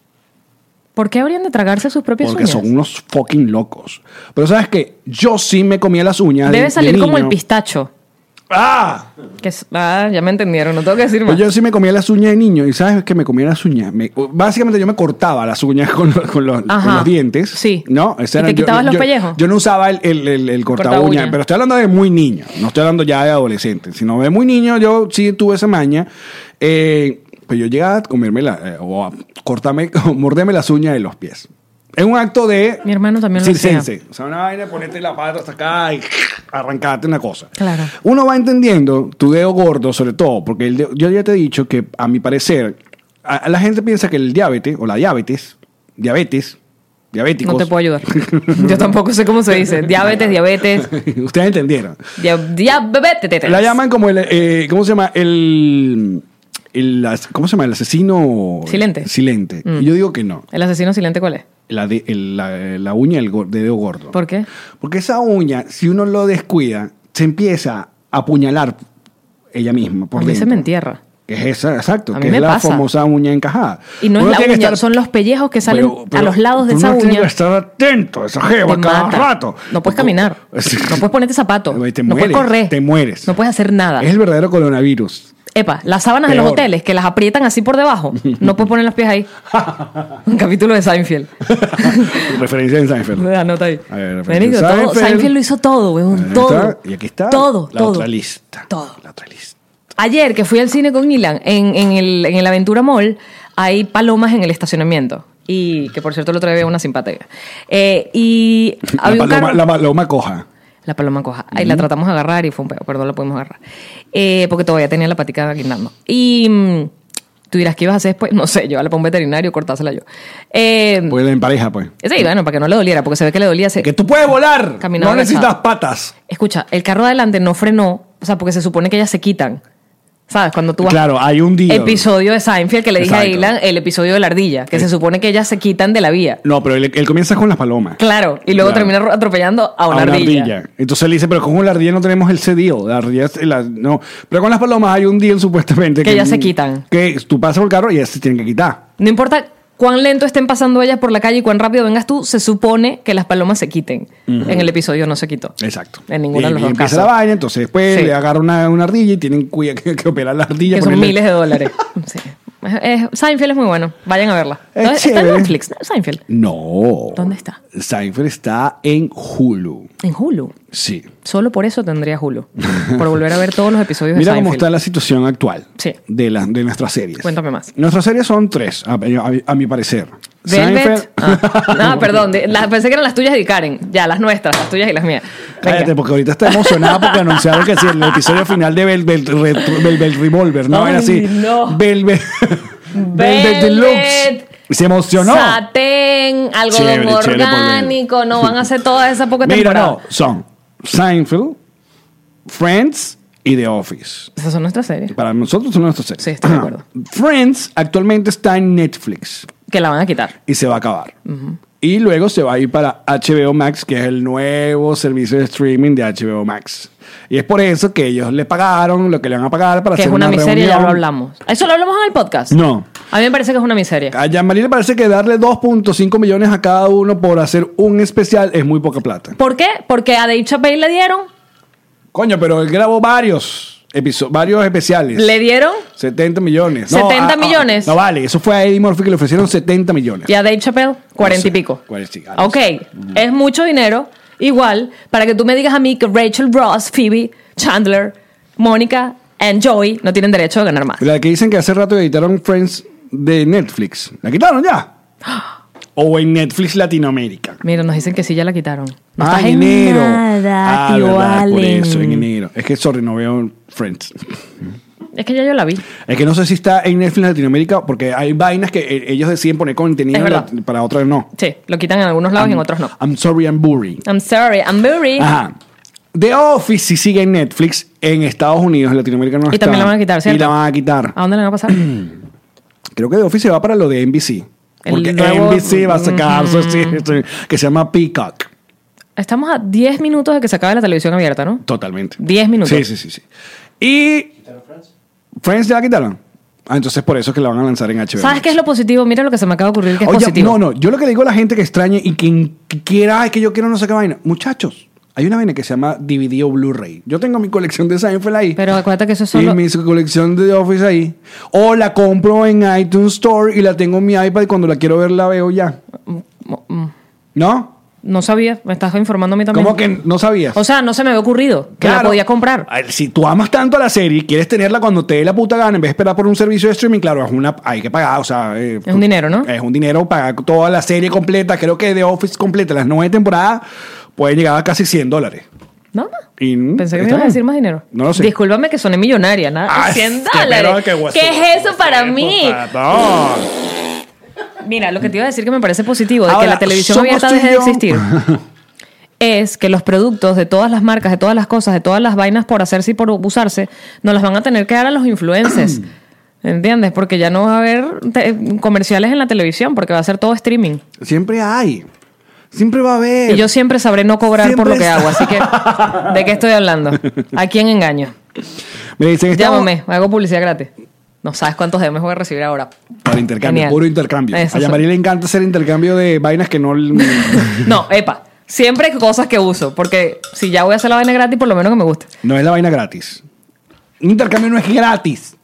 [SPEAKER 4] ¿Por qué habrían de tragarse sus propias
[SPEAKER 3] Porque
[SPEAKER 4] uñas?
[SPEAKER 3] son unos fucking locos. Pero sabes que yo sí me comía las uñas. de-
[SPEAKER 4] Debe
[SPEAKER 3] de
[SPEAKER 4] salir como el
[SPEAKER 3] niño.
[SPEAKER 4] pistacho.
[SPEAKER 3] ¡Ah!
[SPEAKER 4] Que es- ah, ya me entendieron, no tengo que decir
[SPEAKER 3] Pues
[SPEAKER 4] más.
[SPEAKER 3] yo sí me comía las uñas de niño. ¿Y sabes que me comía las uñas? Me- básicamente yo me cortaba las uñas con, los- con los,
[SPEAKER 4] Ajá.
[SPEAKER 3] con los dientes.
[SPEAKER 4] Sí.
[SPEAKER 3] ¿No? Ese
[SPEAKER 4] ¿Y
[SPEAKER 3] era-
[SPEAKER 4] te quitabas los
[SPEAKER 3] yo,
[SPEAKER 4] pellejos?
[SPEAKER 3] Yo no usaba el, el, el- el corta
[SPEAKER 4] Corta
[SPEAKER 3] uña,
[SPEAKER 4] uña.
[SPEAKER 3] pero estoy hablando de muy niño. No estoy hablando ya de adolescente. Sino de muy niño yo sí tuve esa maña. Eh, pues yo llegaba a comerme la, eh, o a cortarme, o morderme las uñas de los pies. Es un acto de...
[SPEAKER 4] Mi hermano también lo hacía.
[SPEAKER 3] circense. O sea, una vaina, ponerte la pata hasta acá y arrancarte una cosa.
[SPEAKER 4] Claro.
[SPEAKER 3] Uno va entendiendo tu dedo gordo, sobre todo, porque el dedo- yo ya te he dicho que, a mi parecer, a- a la gente piensa que el diabetes o la diabetes, diabetes, diabéticos.
[SPEAKER 4] No te puedo ayudar. Yo tampoco sé cómo se dice. Diabetes, diabetes.
[SPEAKER 3] Ustedes entendieron.
[SPEAKER 4] dia- diabetes.
[SPEAKER 3] La llaman como el, eh, ¿cómo se llama? El, el as- ¿cómo se llama? El asesino.
[SPEAKER 4] Silente.
[SPEAKER 3] Silente.
[SPEAKER 4] Mm.
[SPEAKER 3] Y yo digo que no.
[SPEAKER 4] ¿El asesino silente cuál es?
[SPEAKER 3] La, de- el- la, la uña del go- dedo gordo.
[SPEAKER 4] ¿Por qué?
[SPEAKER 3] Porque esa uña, si uno lo descuida, se empieza a apuñalar ella misma. Por
[SPEAKER 4] a mí se
[SPEAKER 3] dentro.
[SPEAKER 4] me entierra.
[SPEAKER 3] Es esa, exacto,
[SPEAKER 4] A
[SPEAKER 3] que
[SPEAKER 4] mí
[SPEAKER 3] es
[SPEAKER 4] me
[SPEAKER 3] la
[SPEAKER 4] pasa.
[SPEAKER 3] famosa uña encajada.
[SPEAKER 4] Y no
[SPEAKER 3] Uno
[SPEAKER 4] es la
[SPEAKER 3] tiene que
[SPEAKER 4] uña,
[SPEAKER 3] estar-
[SPEAKER 4] son los pellejos que salen
[SPEAKER 3] Pero- pero
[SPEAKER 4] a los lados de
[SPEAKER 3] uno
[SPEAKER 4] esa
[SPEAKER 3] Tiene
[SPEAKER 4] uña.
[SPEAKER 3] que estar atento a esa jeva
[SPEAKER 4] Te
[SPEAKER 3] cada
[SPEAKER 4] mata.
[SPEAKER 3] rato.
[SPEAKER 4] No puedes caminar.
[SPEAKER 3] Sí.
[SPEAKER 4] No puedes ponerte zapatos.
[SPEAKER 3] Te mueres,
[SPEAKER 4] no puedes correr.
[SPEAKER 3] te mueres.
[SPEAKER 4] No puedes hacer nada.
[SPEAKER 3] Es el verdadero coronavirus.
[SPEAKER 4] Epa, las sábanas de los
[SPEAKER 3] Peor.
[SPEAKER 4] hoteles que las aprietan así por debajo. No puedes poner los pies ahí. Un capítulo de Seinfeld.
[SPEAKER 3] Referencia en Seinfeld.
[SPEAKER 4] Anota ahí.
[SPEAKER 3] A ver, pues,
[SPEAKER 4] Marico, todo-
[SPEAKER 3] Seinfeld.
[SPEAKER 4] Seinfeld. lo hizo todo,
[SPEAKER 3] Ahí
[SPEAKER 4] weón.
[SPEAKER 3] está,
[SPEAKER 4] Todo.
[SPEAKER 3] Y aquí está
[SPEAKER 4] Todo,
[SPEAKER 3] la
[SPEAKER 4] todo.
[SPEAKER 3] otra lista.
[SPEAKER 4] Todo.
[SPEAKER 3] La otra lista.
[SPEAKER 4] Ayer que fui al cine con Ilan, en, en el, en el Aventura Mall, hay palomas en el estacionamiento. Y que por cierto el otro día había una simpática. Eh, y
[SPEAKER 3] La
[SPEAKER 4] había un
[SPEAKER 3] paloma,
[SPEAKER 4] carro-
[SPEAKER 3] la paloma coja.
[SPEAKER 4] La paloma coja. Ahí la tratamos de agarrar y fue un pedo, pero no la pudimos agarrar. Eh, porque todavía tenía la patica guindando. Y mm, tú dirás, ¿qué ibas a hacer después? No sé, llevarla para un veterinario, cortársela yo. Eh,
[SPEAKER 3] Pues en pareja, pues.
[SPEAKER 4] sí, bueno, para que no le doliera, porque se ve que le dolía. se-
[SPEAKER 3] Que tú puedes volar.
[SPEAKER 4] Caminaba
[SPEAKER 3] no necesitas
[SPEAKER 4] agachado.
[SPEAKER 3] patas.
[SPEAKER 4] Escucha, el carro de adelante no frenó, o sea, porque se supone que ellas se quitan. ¿Sabes? Cuando tú vas.
[SPEAKER 3] Claro, hay un día.
[SPEAKER 4] Episodio de Seinfeld que le dije
[SPEAKER 3] Exacto. Eh.
[SPEAKER 4] a Ilan, el episodio de la ardilla, que
[SPEAKER 3] Sí.
[SPEAKER 4] se supone que ellas se quitan de la vía.
[SPEAKER 3] No, pero él, él comienza con las palomas.
[SPEAKER 4] Claro, y luego
[SPEAKER 3] Claro.
[SPEAKER 4] termina atropellando a una, ardilla.
[SPEAKER 3] Entonces le dice, pero con la ardilla no tenemos el cedillo. La ardilla, es- la- no. Pero con las palomas hay un deal supuestamente.
[SPEAKER 4] Que ya se quitan.
[SPEAKER 3] Que tú pasas por el carro y ellas se tienen que quitar.
[SPEAKER 4] No importa cuán lento estén pasando ellas por la calle y cuán rápido vengas tú, se supone que las palomas se quiten. En el episodio no se quitó.
[SPEAKER 3] Exacto.
[SPEAKER 4] En ninguno
[SPEAKER 3] y,
[SPEAKER 4] de los
[SPEAKER 3] y
[SPEAKER 4] dos
[SPEAKER 3] empieza
[SPEAKER 4] casos.
[SPEAKER 3] la vaina, entonces después
[SPEAKER 4] Sí.
[SPEAKER 3] le agarra una, una ardilla y tienen cuya- que, que operar la ardilla.
[SPEAKER 4] que son
[SPEAKER 3] ponerle-
[SPEAKER 4] miles de dólares. Sí. Es- es- Seinfeld es muy bueno. Vayan a verla.
[SPEAKER 3] Es
[SPEAKER 4] ¿Dónde- está en
[SPEAKER 3] chévere.
[SPEAKER 4] Netflix. ¿no? Seinfeld.
[SPEAKER 3] No.
[SPEAKER 4] ¿Dónde está?
[SPEAKER 3] Seinfeld está en Hulu.
[SPEAKER 4] En Hulu.
[SPEAKER 3] Sí.
[SPEAKER 4] Solo por eso tendría Hulu. Por volver a ver todos los episodios
[SPEAKER 3] Mira
[SPEAKER 4] de Seinfeld.
[SPEAKER 3] cómo está la situación actual
[SPEAKER 4] Sí.
[SPEAKER 3] de, la- de nuestras series.
[SPEAKER 4] Cuéntame más.
[SPEAKER 3] Nuestras series son tres, a, a- a mi parecer.
[SPEAKER 4] Velvet. Ah, no, perdón. de- las- pensé que eran las tuyas y Karen. Ya, las nuestras, las tuyas y las mías. Venga.
[SPEAKER 3] Cállate, porque ahorita está emocionada porque anunciaron que sí, el episodio final de Bel, Bel, Ret- Bel- Bel Revolver, ¿no? Era
[SPEAKER 4] Ay,
[SPEAKER 3] así.
[SPEAKER 4] no.
[SPEAKER 3] Bel, Bel- Velvet Deluxe.
[SPEAKER 4] Velvet.
[SPEAKER 3] Se emocionó.
[SPEAKER 4] Satén,
[SPEAKER 3] Chévere,
[SPEAKER 4] algodón
[SPEAKER 3] chévere por dentro.
[SPEAKER 4] orgánico. no van a hacer toda esa poca
[SPEAKER 3] Mira,
[SPEAKER 4] temporada.
[SPEAKER 3] no, son Seinfeld, Friends y The Office.
[SPEAKER 4] Esas son nuestras series.
[SPEAKER 3] Para nosotros son nuestros series.
[SPEAKER 4] Sí, estoy de acuerdo.
[SPEAKER 3] Friends actualmente está en Netflix
[SPEAKER 4] Que la van a quitar.
[SPEAKER 3] y se va a acabar. Y luego se va a ir para HBO Max, que es el nuevo servicio de streaming de HBO Max. Y es por eso que ellos le pagaron lo que le van a pagar para
[SPEAKER 4] Que es
[SPEAKER 3] hacer
[SPEAKER 4] una, miseria, ya
[SPEAKER 3] reunión.
[SPEAKER 4] lo hablamos. ¿Eso lo hablamos en el podcast?
[SPEAKER 3] No.
[SPEAKER 4] A mí me parece que es una miseria.
[SPEAKER 3] A Jean-Marie le parece que darle 2.5 millones a cada uno por hacer un especial es muy poca plata.
[SPEAKER 4] ¿Por qué? Porque a Dave Chappelle le dieron,
[SPEAKER 3] Coño, pero él grabó varios, episo- varios especiales.
[SPEAKER 4] le dieron,
[SPEAKER 3] 70 millones. No,
[SPEAKER 4] 70
[SPEAKER 3] a- a-
[SPEAKER 4] millones.
[SPEAKER 3] no vale, eso fue a Eddie Murphy que le ofrecieron 70 millones.
[SPEAKER 4] y a Dave Chappelle, cuarenta y
[SPEAKER 3] No sé,
[SPEAKER 4] pico.
[SPEAKER 3] cuarenta y- algo
[SPEAKER 4] Ok,
[SPEAKER 3] así.
[SPEAKER 4] es mucho dinero. Igual, para que tú me digas a mí que Rachel Ross, Phoebe, Chandler, Mónica and Joey no tienen derecho a ganar más.
[SPEAKER 3] La que dicen que hace rato editaron Friends de Netflix. ¿La quitaron ya? O en Netflix Latinoamérica.
[SPEAKER 4] Mira, nos dicen que sí, ya la quitaron. No
[SPEAKER 3] ah,
[SPEAKER 4] estás
[SPEAKER 3] en enero.
[SPEAKER 4] nada,
[SPEAKER 3] ah,
[SPEAKER 4] tío
[SPEAKER 3] verdad, por
[SPEAKER 4] Allen.
[SPEAKER 3] eso, en enero. Es que, sorry, no veo Friends.
[SPEAKER 4] Es que ya yo la vi.
[SPEAKER 3] Es que no sé si está en Netflix Latinoamérica porque hay vainas que eh, ellos deciden poner contenido
[SPEAKER 4] Es verdad.
[SPEAKER 3] lat- para otras no.
[SPEAKER 4] Sí, lo quitan en algunos lados y en otros no.
[SPEAKER 3] I'm sorry, I'm boring.
[SPEAKER 4] I'm sorry, I'm very.
[SPEAKER 3] Ajá. The Office sí sigue en Netflix en Estados Unidos, en Latinoamérica no
[SPEAKER 4] Y
[SPEAKER 3] está.
[SPEAKER 4] también la van a quitar, ¿cierto?
[SPEAKER 3] Y la van a quitar.
[SPEAKER 4] ¿A dónde le va a pasar?
[SPEAKER 3] Creo que The Office se va para lo de NBC.
[SPEAKER 4] El
[SPEAKER 3] Porque
[SPEAKER 4] nuevo-
[SPEAKER 3] NBC va a sacar su serie que se llama Peacock.
[SPEAKER 4] Estamos a 10 minutos de que se acabe la televisión abierta, ¿no?
[SPEAKER 3] Totalmente.
[SPEAKER 4] 10 minutos.
[SPEAKER 3] Sí, sí, sí, sí. Y Friends ya la quitaron. Ah, entonces por eso es que la van a lanzar en HBO.
[SPEAKER 4] ¿Sabes qué es lo positivo? Mira lo que se me acaba de ocurrir que es
[SPEAKER 3] Oye,
[SPEAKER 4] positivo.
[SPEAKER 3] No, no, yo lo que le digo a la gente que extrañe y quien quiera, ay, que yo quiero no sé qué vaina. Muchachos, hay una vaina que se llama DVD o Blu-ray. Yo tengo mi colección de Seinfeld ahí.
[SPEAKER 4] Pero acuérdate que eso es
[SPEAKER 3] Y
[SPEAKER 4] solo.
[SPEAKER 3] mi colección de The Office ahí. O la compro en iTunes Store y la tengo en mi iPad y cuando la quiero ver la veo ya. ¿No?
[SPEAKER 4] mm, No sabía, me estás informando a mí también.
[SPEAKER 3] ¿Cómo que no sabías?
[SPEAKER 4] O sea, no se me había ocurrido que la
[SPEAKER 3] Claro.
[SPEAKER 4] podía comprar.
[SPEAKER 3] Ay, Si tú amas tanto a la serie y quieres tenerla cuando te dé la puta gana, en vez de esperar por un servicio de streaming, claro, es una, hay que pagar, o sea... eh,
[SPEAKER 4] Es un dinero, ¿no?
[SPEAKER 3] Es un dinero, pagar toda la serie completa, creo que The Office completa, las nueve temporadas, puede llegar a casi 100 dólares.
[SPEAKER 4] No, no.
[SPEAKER 3] Y, mm,
[SPEAKER 4] Pensé que me
[SPEAKER 3] está
[SPEAKER 4] ibas a
[SPEAKER 3] bien.
[SPEAKER 4] decir más dinero.
[SPEAKER 3] No lo sé.
[SPEAKER 4] Discúlpame que soné millonaria, nada.
[SPEAKER 3] Ah,
[SPEAKER 4] 100
[SPEAKER 3] qué
[SPEAKER 4] dólares.
[SPEAKER 3] pero qué
[SPEAKER 4] ¿Qué es eso para
[SPEAKER 3] hueso,
[SPEAKER 4] mí?
[SPEAKER 3] patón.
[SPEAKER 4] Mira, lo que te iba a decir que me parece positivo de que
[SPEAKER 3] Ahora,
[SPEAKER 4] la televisión
[SPEAKER 3] somos
[SPEAKER 4] abierta
[SPEAKER 3] tú y
[SPEAKER 4] deje de
[SPEAKER 3] yo.
[SPEAKER 4] existir es que los productos de todas las marcas, de todas las cosas, de todas las vainas por hacerse y por usarse, nos las van a tener que dar a los influencers. ¿Entiendes? Porque ya no va a haber te- comerciales en la televisión, porque va a ser todo streaming.
[SPEAKER 3] Siempre hay. Siempre va a haber.
[SPEAKER 4] Y yo siempre sabré no cobrar por lo
[SPEAKER 3] Siempre
[SPEAKER 4] que
[SPEAKER 3] es-
[SPEAKER 4] hago, así que ¿de qué estoy hablando? ¿A quién engaño?
[SPEAKER 3] Me dicen, estamos-
[SPEAKER 4] Llámame, hago publicidad gratis. No sabes cuántos DMs voy a recibir ahora.
[SPEAKER 3] Para intercambio,
[SPEAKER 4] Genial.
[SPEAKER 3] puro intercambio.
[SPEAKER 4] Eso
[SPEAKER 3] a
[SPEAKER 4] soy.
[SPEAKER 3] Yamari le encanta hacer intercambio de vainas que no.
[SPEAKER 4] No, epa. Siempre cosas que uso, porque si ya voy a hacer la vaina gratis, por lo menos que me guste.
[SPEAKER 3] no es la vaina gratis. Un intercambio no es gratis.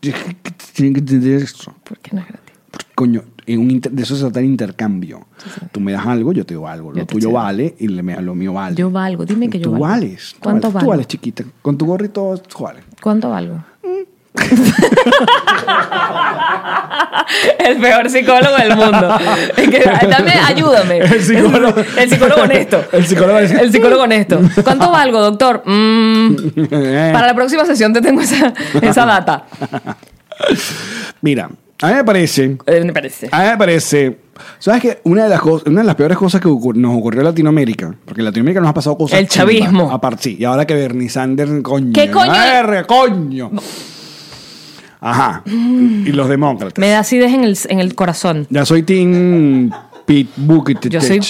[SPEAKER 3] Tienen que entender esto.
[SPEAKER 4] ¿Por qué no es gratis?
[SPEAKER 3] Coño, en un inter- de eso se trata el intercambio. Tú me das algo, yo te doy algo. Lo
[SPEAKER 4] Yo te
[SPEAKER 3] tuyo
[SPEAKER 4] cedo.
[SPEAKER 3] vale y le- me- lo mío vale.
[SPEAKER 4] Yo valgo, dime que yo
[SPEAKER 3] Tú
[SPEAKER 4] valgo.
[SPEAKER 3] vales. tú
[SPEAKER 4] ¿Cuánto
[SPEAKER 3] vales,
[SPEAKER 4] valgo?
[SPEAKER 3] Tú vales, chiquita. Con tu gorrito, tú vales.
[SPEAKER 4] ¿Cuánto valgo? el peor psicólogo del mundo. Es que, dame, ayúdame.
[SPEAKER 3] El psicólogo.
[SPEAKER 4] El psicólogo honesto.
[SPEAKER 3] El psicólogo "Mm". honesto.
[SPEAKER 4] El psicólogo honesto. ¿Cuánto valgo, doctor? Mm, para la próxima sesión te tengo esa, esa data.
[SPEAKER 3] Mira, a mí me parece.
[SPEAKER 4] Eh, me parece.
[SPEAKER 3] A mí me parece. ¿Sabes qué? Una de las cosas, una de las peores cosas que ocur- nos ocurrió en Latinoamérica, porque en Latinoamérica nos ha pasado cosas.
[SPEAKER 4] El
[SPEAKER 3] chumbas,
[SPEAKER 4] chavismo.
[SPEAKER 3] Aparte, sí. Y ahora que Bernie Sanders, coño.
[SPEAKER 4] ¿Qué coño es?
[SPEAKER 3] ¡Arre, coño! Ajá. Y los demócratas.
[SPEAKER 4] Me da acidez en el, en el corazón.
[SPEAKER 3] Ya soy Team Pete Buttigieg.
[SPEAKER 4] Yo soy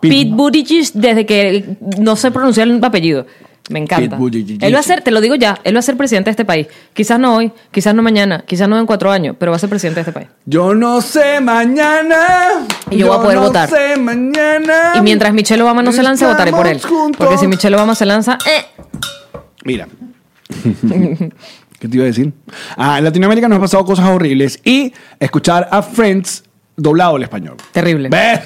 [SPEAKER 4] Pete Buttigieg desde que no sé pronunciar el apellido. Me encanta.
[SPEAKER 3] Pete Buttigieg.
[SPEAKER 4] Él va a ser, te lo digo ya, él va a ser presidente de este país. Quizás no hoy, quizás no mañana, quizás no en cuatro años, pero va a ser presidente de este país.
[SPEAKER 3] Yo no sé mañana.
[SPEAKER 4] Y yo voy a poder votar.
[SPEAKER 3] No sé mañana.
[SPEAKER 4] Y mientras Michelle Obama no se lance,
[SPEAKER 3] Estamos
[SPEAKER 4] votaré por él.
[SPEAKER 3] juntos.
[SPEAKER 4] Porque si Michelle Obama se lanza, eh,
[SPEAKER 3] Mira. ¿Qué te iba a decir? Ah, en Latinoamérica nos han pasado cosas horribles y escuchar a Friends doblado al español.
[SPEAKER 4] terrible.
[SPEAKER 3] ¿Ves?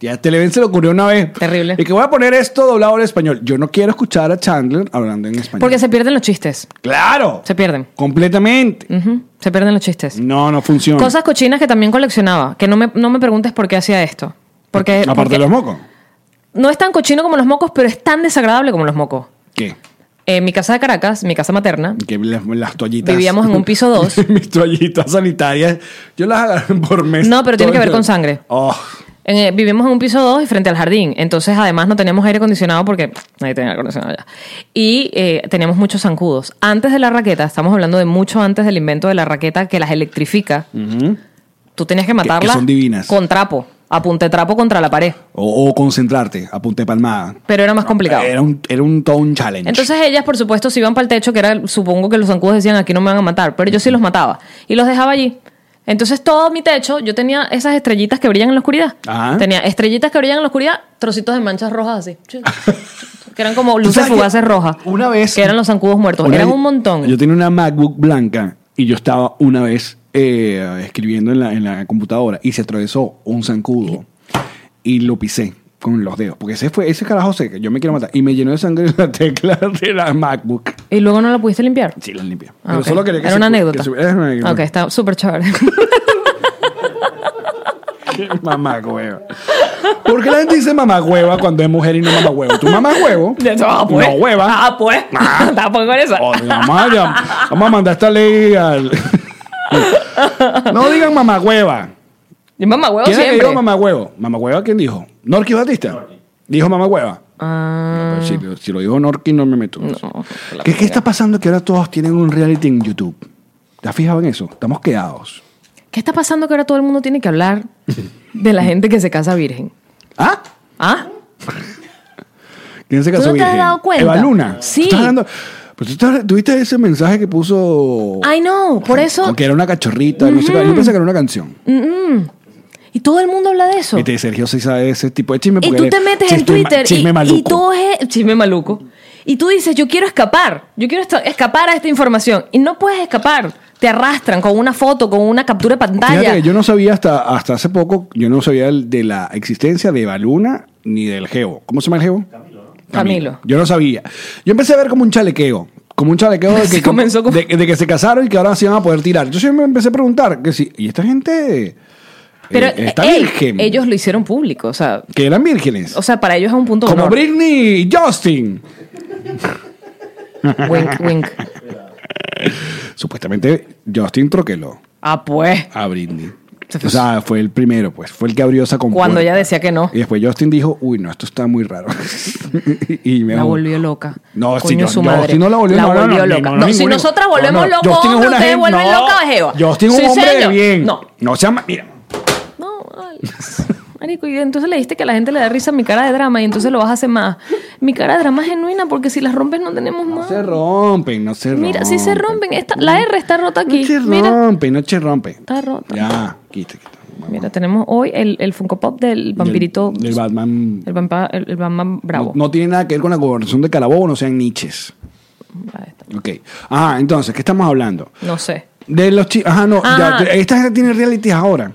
[SPEAKER 3] Ya a Televen se le ocurrió una vez.
[SPEAKER 4] Terrible.
[SPEAKER 3] Y que voy a poner esto doblado al español. Yo no quiero escuchar a Chandler hablando en español.
[SPEAKER 4] Porque se pierden los chistes.
[SPEAKER 3] ¡Claro!
[SPEAKER 4] Se pierden.
[SPEAKER 3] Completamente.
[SPEAKER 4] Ujú, Se pierden los chistes.
[SPEAKER 3] No, no funciona.
[SPEAKER 4] Cosas cochinas que también coleccionaba, que no me, no me preguntes por qué hacía esto. Porque,
[SPEAKER 3] Aparte
[SPEAKER 4] porque
[SPEAKER 3] de los mocos.
[SPEAKER 4] no es tan cochino como los mocos, pero es tan desagradable como los mocos.
[SPEAKER 3] ¿Qué?
[SPEAKER 4] En mi casa de Caracas, mi casa materna,
[SPEAKER 3] Que las, las toallitas.
[SPEAKER 4] Vivíamos en un piso dos.
[SPEAKER 3] Mis toallitas sanitarias. Yo las agarré por mes.
[SPEAKER 4] No, pero tiene que ver
[SPEAKER 3] Todo el-
[SPEAKER 4] con sangre.
[SPEAKER 3] Oh.
[SPEAKER 4] En, eh, vivimos en un piso 2 y frente al jardín. Entonces, además, no teníamos aire acondicionado porque pff, nadie tenía aire acondicionado ya. Y eh, teníamos muchos zancudos. Antes de la raqueta, estamos hablando de mucho antes del invento de la raqueta que las electrifica. Tú tenías que matarlas
[SPEAKER 3] son divinas.
[SPEAKER 4] con trapo. A punta de trapo contra la pared.
[SPEAKER 3] O, o concentrarte, apunte palmada.
[SPEAKER 4] Pero era más complicado.
[SPEAKER 3] Era un, era un todo un challenge.
[SPEAKER 4] Entonces ellas, por supuesto, se iban para el techo, que era, supongo que los zancudos decían, aquí no me van a matar, pero yo sí los mataba. Y los dejaba allí. Entonces todo mi techo, yo tenía esas estrellitas que brillan en la oscuridad.
[SPEAKER 3] Ajá.
[SPEAKER 4] Tenía estrellitas que brillan en la oscuridad, trocitos de manchas rojas así. que eran como
[SPEAKER 3] ¿Tú
[SPEAKER 4] luces
[SPEAKER 3] sabes que
[SPEAKER 4] fugaces rojas.
[SPEAKER 3] Una vez.
[SPEAKER 4] Que eran los zancudos muertos.
[SPEAKER 3] una
[SPEAKER 4] Eran
[SPEAKER 3] vez-
[SPEAKER 4] un montón.
[SPEAKER 3] Yo tenía una MacBook blanca y yo estaba una vez eh, escribiendo en la, en la computadora y se atravesó un zancudo y lo pisé con los dedos. Porque ese fue ese carajo sé que yo me quiero matar. Y me llenó de sangre la tecla de la MacBook.
[SPEAKER 4] Y luego no la pudiste limpiar.
[SPEAKER 3] Sí, la limpié.
[SPEAKER 4] Ah,
[SPEAKER 3] Pero
[SPEAKER 4] ok.
[SPEAKER 3] solo quería que se-
[SPEAKER 4] Era una
[SPEAKER 3] que
[SPEAKER 4] anécdota.
[SPEAKER 3] se- era una anécdota.
[SPEAKER 4] Ok, está súper chévere.
[SPEAKER 3] Mamá hueva. ¿Por qué la gente dice mamá hueva cuando es mujer y no mamá huevo? ¿Tú mamá huevo?
[SPEAKER 4] Ah, pues.
[SPEAKER 3] No hueva.
[SPEAKER 4] Ah, pues. Tampoco con eso.
[SPEAKER 3] Oh, la madre. Vamos a mandar esta ley al. No digan mamá hueva.
[SPEAKER 4] Yo mamá huevo
[SPEAKER 3] ¿Quién es que
[SPEAKER 4] siempre.
[SPEAKER 3] dijo mamá huevo? ¿Mamá hueva quién dijo? ¿Norqui Batista? Dijo mamá hueva.
[SPEAKER 4] Ah,
[SPEAKER 3] Pero si, lo- si lo dijo Norqui, no me meto.
[SPEAKER 4] no.
[SPEAKER 3] ¿Qué, ¿Qué está pasando que ahora todos tienen un reality en YouTube? ¿Te has fijado en eso? Estamos quedados.
[SPEAKER 4] ¿Qué está pasando que ahora todo el mundo tiene que hablar de la gente que se casa virgen?
[SPEAKER 3] ¿Ah?
[SPEAKER 4] ¿Ah?
[SPEAKER 3] ¿Quién se
[SPEAKER 4] ¿Tú no
[SPEAKER 3] casó
[SPEAKER 4] te has
[SPEAKER 3] virgen?
[SPEAKER 4] dado cuenta?
[SPEAKER 3] Eva Luna.
[SPEAKER 4] Sí.
[SPEAKER 3] ¿Tú estás hablando- Pero tú estás- tuviste ese mensaje que puso...
[SPEAKER 4] Ay, no, por eso.
[SPEAKER 3] Con Que era una cachorrita. no sé, qué. yo pensé que era una canción.
[SPEAKER 4] Y todo el mundo habla de eso.
[SPEAKER 3] Y te Sergio sí sabe ese tipo de chisme.
[SPEAKER 4] Y
[SPEAKER 3] porque
[SPEAKER 4] tú
[SPEAKER 3] le-
[SPEAKER 4] te metes en
[SPEAKER 3] chisme ma-
[SPEAKER 4] Twitter
[SPEAKER 3] Chisme
[SPEAKER 4] y,
[SPEAKER 3] maluco.
[SPEAKER 4] y todo es e- chisme maluco. Y tú dices, yo quiero escapar, yo quiero esta- escapar a esta información. Y no puedes escapar. Te arrastran con una foto, con una captura de pantalla.
[SPEAKER 3] Fíjate que yo no sabía hasta, hasta hace poco, yo no sabía el- de la existencia de Baluna ni del Geo. ¿Cómo se llama el Geo? Camilo.
[SPEAKER 4] Camilo.
[SPEAKER 3] Yo no sabía. Yo empecé a ver como un chalequeo. Como un chalequeo de
[SPEAKER 4] Sí,
[SPEAKER 3] que,
[SPEAKER 4] comenzó como-
[SPEAKER 3] de, de que se casaron y que ahora se iban a poder tirar. Entonces yo me empecé a preguntar que si, ¿y esta gente eh,
[SPEAKER 4] Pero
[SPEAKER 3] está
[SPEAKER 4] ey,
[SPEAKER 3] virgen?
[SPEAKER 4] ellos lo hicieron público. O sea,
[SPEAKER 3] que eran vírgenes.
[SPEAKER 4] o sea, para ellos es un punto de
[SPEAKER 3] como
[SPEAKER 4] honor.
[SPEAKER 3] Britney y Justin.
[SPEAKER 4] Wink, wink.
[SPEAKER 3] Supuestamente Justin troqueló
[SPEAKER 4] Ah, pues.
[SPEAKER 3] a Britney. O sea, fue el primero, pues. Fue el que abrió esa compuerta.
[SPEAKER 4] Cuando ella decía que no.
[SPEAKER 3] Y después Justin dijo, uy, no, esto está muy raro. y me
[SPEAKER 4] La
[SPEAKER 3] bajó.
[SPEAKER 4] volvió loca.
[SPEAKER 3] No,
[SPEAKER 4] Coño
[SPEAKER 3] si yo-
[SPEAKER 4] su
[SPEAKER 3] yo-
[SPEAKER 4] madre.
[SPEAKER 3] si no la volvió- no, no, no,
[SPEAKER 4] loca.
[SPEAKER 3] no,
[SPEAKER 4] No,
[SPEAKER 3] no,
[SPEAKER 4] si
[SPEAKER 3] ninguno.
[SPEAKER 4] nosotras
[SPEAKER 3] No,
[SPEAKER 4] volvemos
[SPEAKER 3] no,
[SPEAKER 4] locos,
[SPEAKER 3] Justin es
[SPEAKER 4] hombres,
[SPEAKER 3] una
[SPEAKER 4] ustedes
[SPEAKER 3] gen-
[SPEAKER 4] vuelven
[SPEAKER 3] no,
[SPEAKER 4] locas a Jeva.
[SPEAKER 3] Justin es
[SPEAKER 4] Sí,
[SPEAKER 3] un hombre de
[SPEAKER 4] señor.
[SPEAKER 3] bien.
[SPEAKER 4] No.
[SPEAKER 3] No sea ma- Mira,
[SPEAKER 4] No, Alex. Marico, y entonces le diste que a la gente le da risa mi cara de drama y entonces lo vas a hacer más. Mi cara de drama es genuina porque si las rompes no tenemos
[SPEAKER 3] No
[SPEAKER 4] más.
[SPEAKER 3] se rompen, no se rompen.
[SPEAKER 4] Mira, si se rompen, esta, la R está rota aquí.
[SPEAKER 3] No se
[SPEAKER 4] Mira,
[SPEAKER 3] rompen, no se rompen.
[SPEAKER 4] está rota.
[SPEAKER 3] Ya, quita, quita. Vamos.
[SPEAKER 4] Mira, tenemos hoy el, el Funko Pop del vampirito.
[SPEAKER 3] Del, del Batman.
[SPEAKER 4] El, vampa- el- el Batman bravo.
[SPEAKER 3] No, no tiene nada que ver con la gobernación de Carabobo, no sean niches.
[SPEAKER 4] Ahí está.
[SPEAKER 3] Ok. Ajá, entonces, ¿qué estamos hablando?
[SPEAKER 4] No sé.
[SPEAKER 3] De los chicos. Ajá, no.
[SPEAKER 4] Ajá.
[SPEAKER 3] ya, esta gente tiene realities ahora.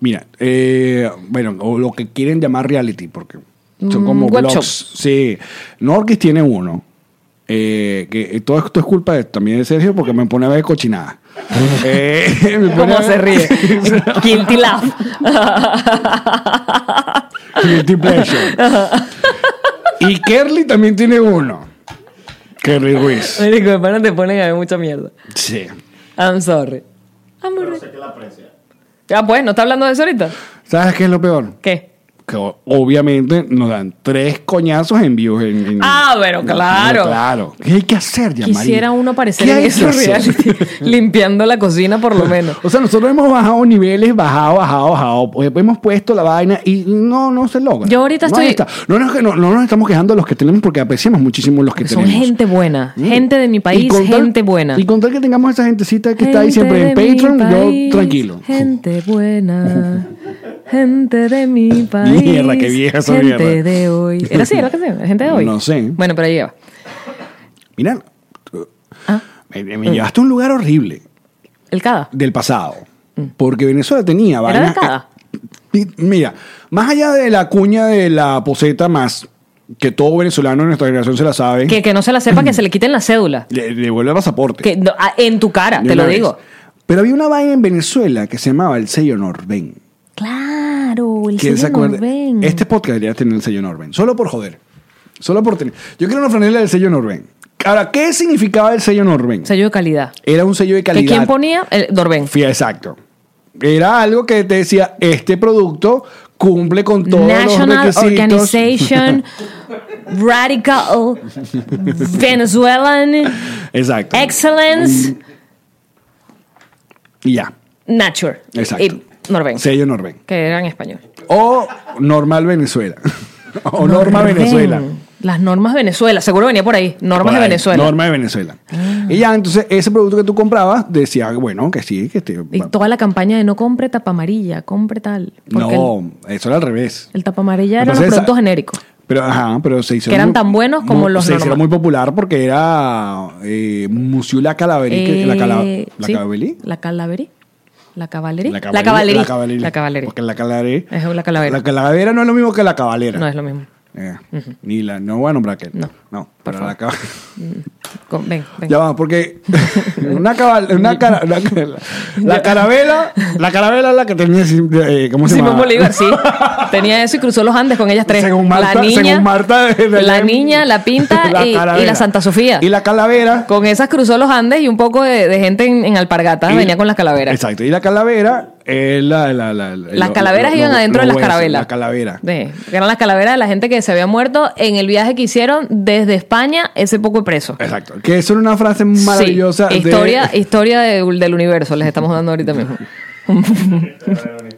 [SPEAKER 3] Mira, eh, bueno, o lo que quieren llamar reality, porque son
[SPEAKER 4] Mm,
[SPEAKER 3] como
[SPEAKER 4] web
[SPEAKER 3] blogs.
[SPEAKER 4] show.
[SPEAKER 3] Sí. Norquis tiene uno. eh, que eh, todo esto es culpa de- también de Sergio porque me pone a ver cochinadas. Eh, me pone a
[SPEAKER 4] ¿Cómo se
[SPEAKER 3] ver-
[SPEAKER 4] ríe? Guilty laugh.
[SPEAKER 3] Guilty pleasure. y Kerly también tiene uno. Kerly Ruiz.
[SPEAKER 4] Marico, de pana te ponen a ver mucha mierda.
[SPEAKER 3] Sí.
[SPEAKER 4] I'm sorry. I'm sorry. Ah, bueno, ¿está hablando de eso ahorita?
[SPEAKER 3] ¿Sabes qué es lo peor?
[SPEAKER 4] ¿Qué?
[SPEAKER 3] Que o- obviamente nos dan tres coñazos en views. En, en-
[SPEAKER 4] Ah, bueno, claro.
[SPEAKER 3] Claro. ¿Qué hay que hacer, ya
[SPEAKER 4] Quisiera uno parecer
[SPEAKER 3] ¿Qué
[SPEAKER 4] en
[SPEAKER 3] hay que
[SPEAKER 4] esos
[SPEAKER 3] hacer?
[SPEAKER 4] reality, limpiando la cocina por lo menos.
[SPEAKER 3] O sea, nosotros hemos bajado niveles, bajado, bajado, bajado. Pues Hemos puesto la vaina y no, no se logra.
[SPEAKER 4] Yo ahorita
[SPEAKER 3] No
[SPEAKER 4] estoy-
[SPEAKER 3] está. No, nos- no, no nos estamos quejando de los que tenemos porque apreciamos muchísimo los que
[SPEAKER 4] Son
[SPEAKER 3] tenemos. Mm.
[SPEAKER 4] gente buena, gente de mi
[SPEAKER 3] Y
[SPEAKER 4] país,
[SPEAKER 3] con tal-
[SPEAKER 4] gente buena.
[SPEAKER 3] Y contar que tengamos esa gentecita que está ahí
[SPEAKER 4] Gente
[SPEAKER 3] siempre en
[SPEAKER 4] de mi
[SPEAKER 3] Patreon,
[SPEAKER 4] país,
[SPEAKER 3] yo tranquilo.
[SPEAKER 4] Gente buena, gente de mi país.
[SPEAKER 3] Mierda, qué vieja esa
[SPEAKER 4] gente
[SPEAKER 3] mierda.
[SPEAKER 4] de hoy. ¿Era así la canción? ¿Gente de hoy?
[SPEAKER 3] No sé.
[SPEAKER 4] Bueno, pero ahí lleva.
[SPEAKER 3] Mira,
[SPEAKER 4] Ah,
[SPEAKER 3] me, me llevaste a un lugar horrible
[SPEAKER 4] el cada.
[SPEAKER 3] del pasado. Porque Venezuela tenía
[SPEAKER 4] Mm. ¿Era
[SPEAKER 3] vainas-
[SPEAKER 4] de cada?
[SPEAKER 3] Y Mira, más allá de la cuña de la poseta más, que todo venezolano en nuestra generación se la sabe,
[SPEAKER 4] Que, que no se la sepa, que se le quiten la cédula.
[SPEAKER 3] le, le vuelve el pasaporte.
[SPEAKER 4] Que, no, ah, en tu cara,
[SPEAKER 3] De
[SPEAKER 4] te lo
[SPEAKER 3] una vez.
[SPEAKER 4] digo.
[SPEAKER 3] Pero había una vaina en Venezuela que se llamaba el sello Norben.
[SPEAKER 4] Claro, el
[SPEAKER 3] ¿Quién se
[SPEAKER 4] señor
[SPEAKER 3] acuerda?
[SPEAKER 4] Norben.
[SPEAKER 3] Este podcast debería tener el sello Norben. Solo por joder. Solo por tener. Yo quiero una franela del sello Norben. Ahora, ¿qué significaba el sello Norben?
[SPEAKER 4] Sello de calidad.
[SPEAKER 3] Era un sello de calidad.
[SPEAKER 4] ¿Que quién ponía? El Norben.
[SPEAKER 3] Fía, exacto. Era algo que te decía, este producto cumple con todos
[SPEAKER 4] National
[SPEAKER 3] los requisitos.
[SPEAKER 4] Organization Radical Venezuelan
[SPEAKER 3] Exacto.
[SPEAKER 4] Excellence
[SPEAKER 3] y ya.
[SPEAKER 4] Nature.
[SPEAKER 3] Exacto.
[SPEAKER 4] Y Norben,
[SPEAKER 3] Sello Norben.
[SPEAKER 4] que era en español.
[SPEAKER 3] O Normal Venezuela. o Norma
[SPEAKER 4] Norben.
[SPEAKER 3] Venezuela.
[SPEAKER 4] Las normas Venezuela, seguro venía por ahí. Normas
[SPEAKER 3] Por
[SPEAKER 4] de
[SPEAKER 3] ahí,
[SPEAKER 4] Venezuela. Ah.
[SPEAKER 3] Norma de Venezuela. Y ya, entonces, ese producto que tú comprabas decía, bueno, que sí, que este.
[SPEAKER 4] y toda la campaña de no compre tapa amarilla, compre tal. Porque el,
[SPEAKER 3] no, eso era al revés.
[SPEAKER 4] el tapa amarilla eran
[SPEAKER 3] Entonces,
[SPEAKER 4] los productos
[SPEAKER 3] esa-
[SPEAKER 4] genéricos.
[SPEAKER 3] Pero, ajá, pero se hicieron.
[SPEAKER 4] Que eran
[SPEAKER 3] muy-
[SPEAKER 4] tan buenos como
[SPEAKER 3] muy-
[SPEAKER 4] los
[SPEAKER 3] Se hicieron
[SPEAKER 4] normales.
[SPEAKER 3] muy popular porque era. Eh, Musiula Calaveri. que- la, cala,
[SPEAKER 4] Eh,
[SPEAKER 3] la
[SPEAKER 4] sí,
[SPEAKER 3] Calaveri.
[SPEAKER 4] La calaverí. La cavalería. La
[SPEAKER 3] cavalería-
[SPEAKER 4] cavalería.
[SPEAKER 3] La cavalería.
[SPEAKER 4] La cavalería.
[SPEAKER 3] Porque la calavera.
[SPEAKER 4] Es una calavera.
[SPEAKER 3] La calavera no es lo mismo que la cabalera.
[SPEAKER 4] No es lo mismo.
[SPEAKER 3] Eh, Ni la. No voy a nombrar que.
[SPEAKER 4] No.
[SPEAKER 3] No.
[SPEAKER 4] Por
[SPEAKER 3] pero la
[SPEAKER 4] favor.
[SPEAKER 3] cava-
[SPEAKER 4] Con- ven, ven.
[SPEAKER 3] Ya va, porque una, cabal, una cara, una cara- la carabela, la carabela es la que tenía, eh, ¿cómo se
[SPEAKER 4] Simón
[SPEAKER 3] llama?
[SPEAKER 4] Bolívar, sí. Tenía eso y cruzó los Andes con ellas tres.
[SPEAKER 3] Según Marta,
[SPEAKER 4] la niña,
[SPEAKER 3] según Marta de- de-
[SPEAKER 4] la niña, la pinta y- y,
[SPEAKER 3] carabela.
[SPEAKER 4] la Santa Sofía.
[SPEAKER 3] Y la calavera.
[SPEAKER 4] Con esas cruzó los Andes y un poco de, de gente en, en alpargatas
[SPEAKER 3] y-
[SPEAKER 4] venía con las calaveras.
[SPEAKER 3] Exacto, y la calavera es la, la, la, la-
[SPEAKER 4] Las
[SPEAKER 3] lo-
[SPEAKER 4] calaveras
[SPEAKER 3] lo-
[SPEAKER 4] iban
[SPEAKER 3] lo-
[SPEAKER 4] adentro
[SPEAKER 3] lo
[SPEAKER 4] de las
[SPEAKER 3] hueso,
[SPEAKER 4] carabelas.
[SPEAKER 3] La calavera.
[SPEAKER 4] Sí, que eran las calaveras de la gente que se había muerto en el viaje que hicieron desde España ese poco de preso.
[SPEAKER 3] Exacto, que eso era una frase maravillosa.
[SPEAKER 4] Sí,
[SPEAKER 3] de-
[SPEAKER 4] historia historia de- del universo les estamos dando ahorita mismo.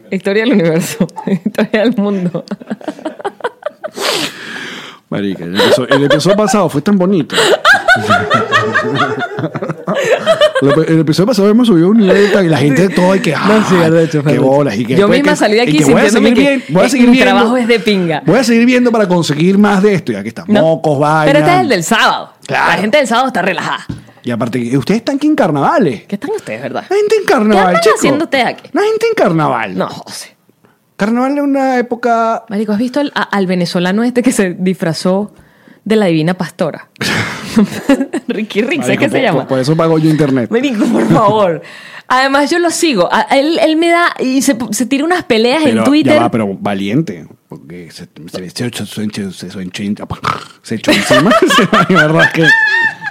[SPEAKER 4] historia del universo, historia del mundo.
[SPEAKER 3] Marica, el episodio, el episodio pasado fue tan bonito. el, epi- el episodio pasado hemos subido un nivel tan- y la gente de todo y que ah,
[SPEAKER 4] sí, arrecho,
[SPEAKER 3] qué
[SPEAKER 4] arrecho.
[SPEAKER 3] bolas y que
[SPEAKER 4] Yo
[SPEAKER 3] después
[SPEAKER 4] misma
[SPEAKER 3] que-
[SPEAKER 4] salí de
[SPEAKER 3] y voy
[SPEAKER 4] aquí
[SPEAKER 3] a
[SPEAKER 4] sintiéndome
[SPEAKER 3] seguir
[SPEAKER 4] que
[SPEAKER 3] bien, voy a
[SPEAKER 4] es-
[SPEAKER 3] seguir
[SPEAKER 4] mi
[SPEAKER 3] viendo,
[SPEAKER 4] trabajo es de pinga.
[SPEAKER 3] Voy a seguir viendo para conseguir más de esto y aquí está,
[SPEAKER 4] ¿no?
[SPEAKER 3] mocos, vainas.
[SPEAKER 4] Pero este es el del sábado.
[SPEAKER 3] Claro.
[SPEAKER 4] La gente del sábado está relajada.
[SPEAKER 3] Y aparte que ustedes están aquí en carnavales.
[SPEAKER 4] ¿Qué están ustedes, verdad?
[SPEAKER 3] La gente en
[SPEAKER 4] ¿Qué
[SPEAKER 3] carnaval,
[SPEAKER 4] andan
[SPEAKER 3] chicos.
[SPEAKER 4] haciendo ustedes aquí?
[SPEAKER 3] La gente en carnaval.
[SPEAKER 4] No, José.
[SPEAKER 3] Carnaval es una época
[SPEAKER 4] Marico, ¿has visto al, a- al venezolano este que se disfrazó de la divina pastora? Ricky Rick, ¿sabes
[SPEAKER 3] Marico,
[SPEAKER 4] qué se
[SPEAKER 3] por-
[SPEAKER 4] llama?
[SPEAKER 3] Por, por eso pago yo internet.
[SPEAKER 4] Marico, por favor. Además, yo lo sigo. A- Él, él me da y se, se tira unas peleas
[SPEAKER 3] Pero,
[SPEAKER 4] en
[SPEAKER 3] Ya
[SPEAKER 4] Twitter.
[SPEAKER 3] va, pero valiente. Porque se, se, se, se, se, se, se se echó encima. se, la verdad que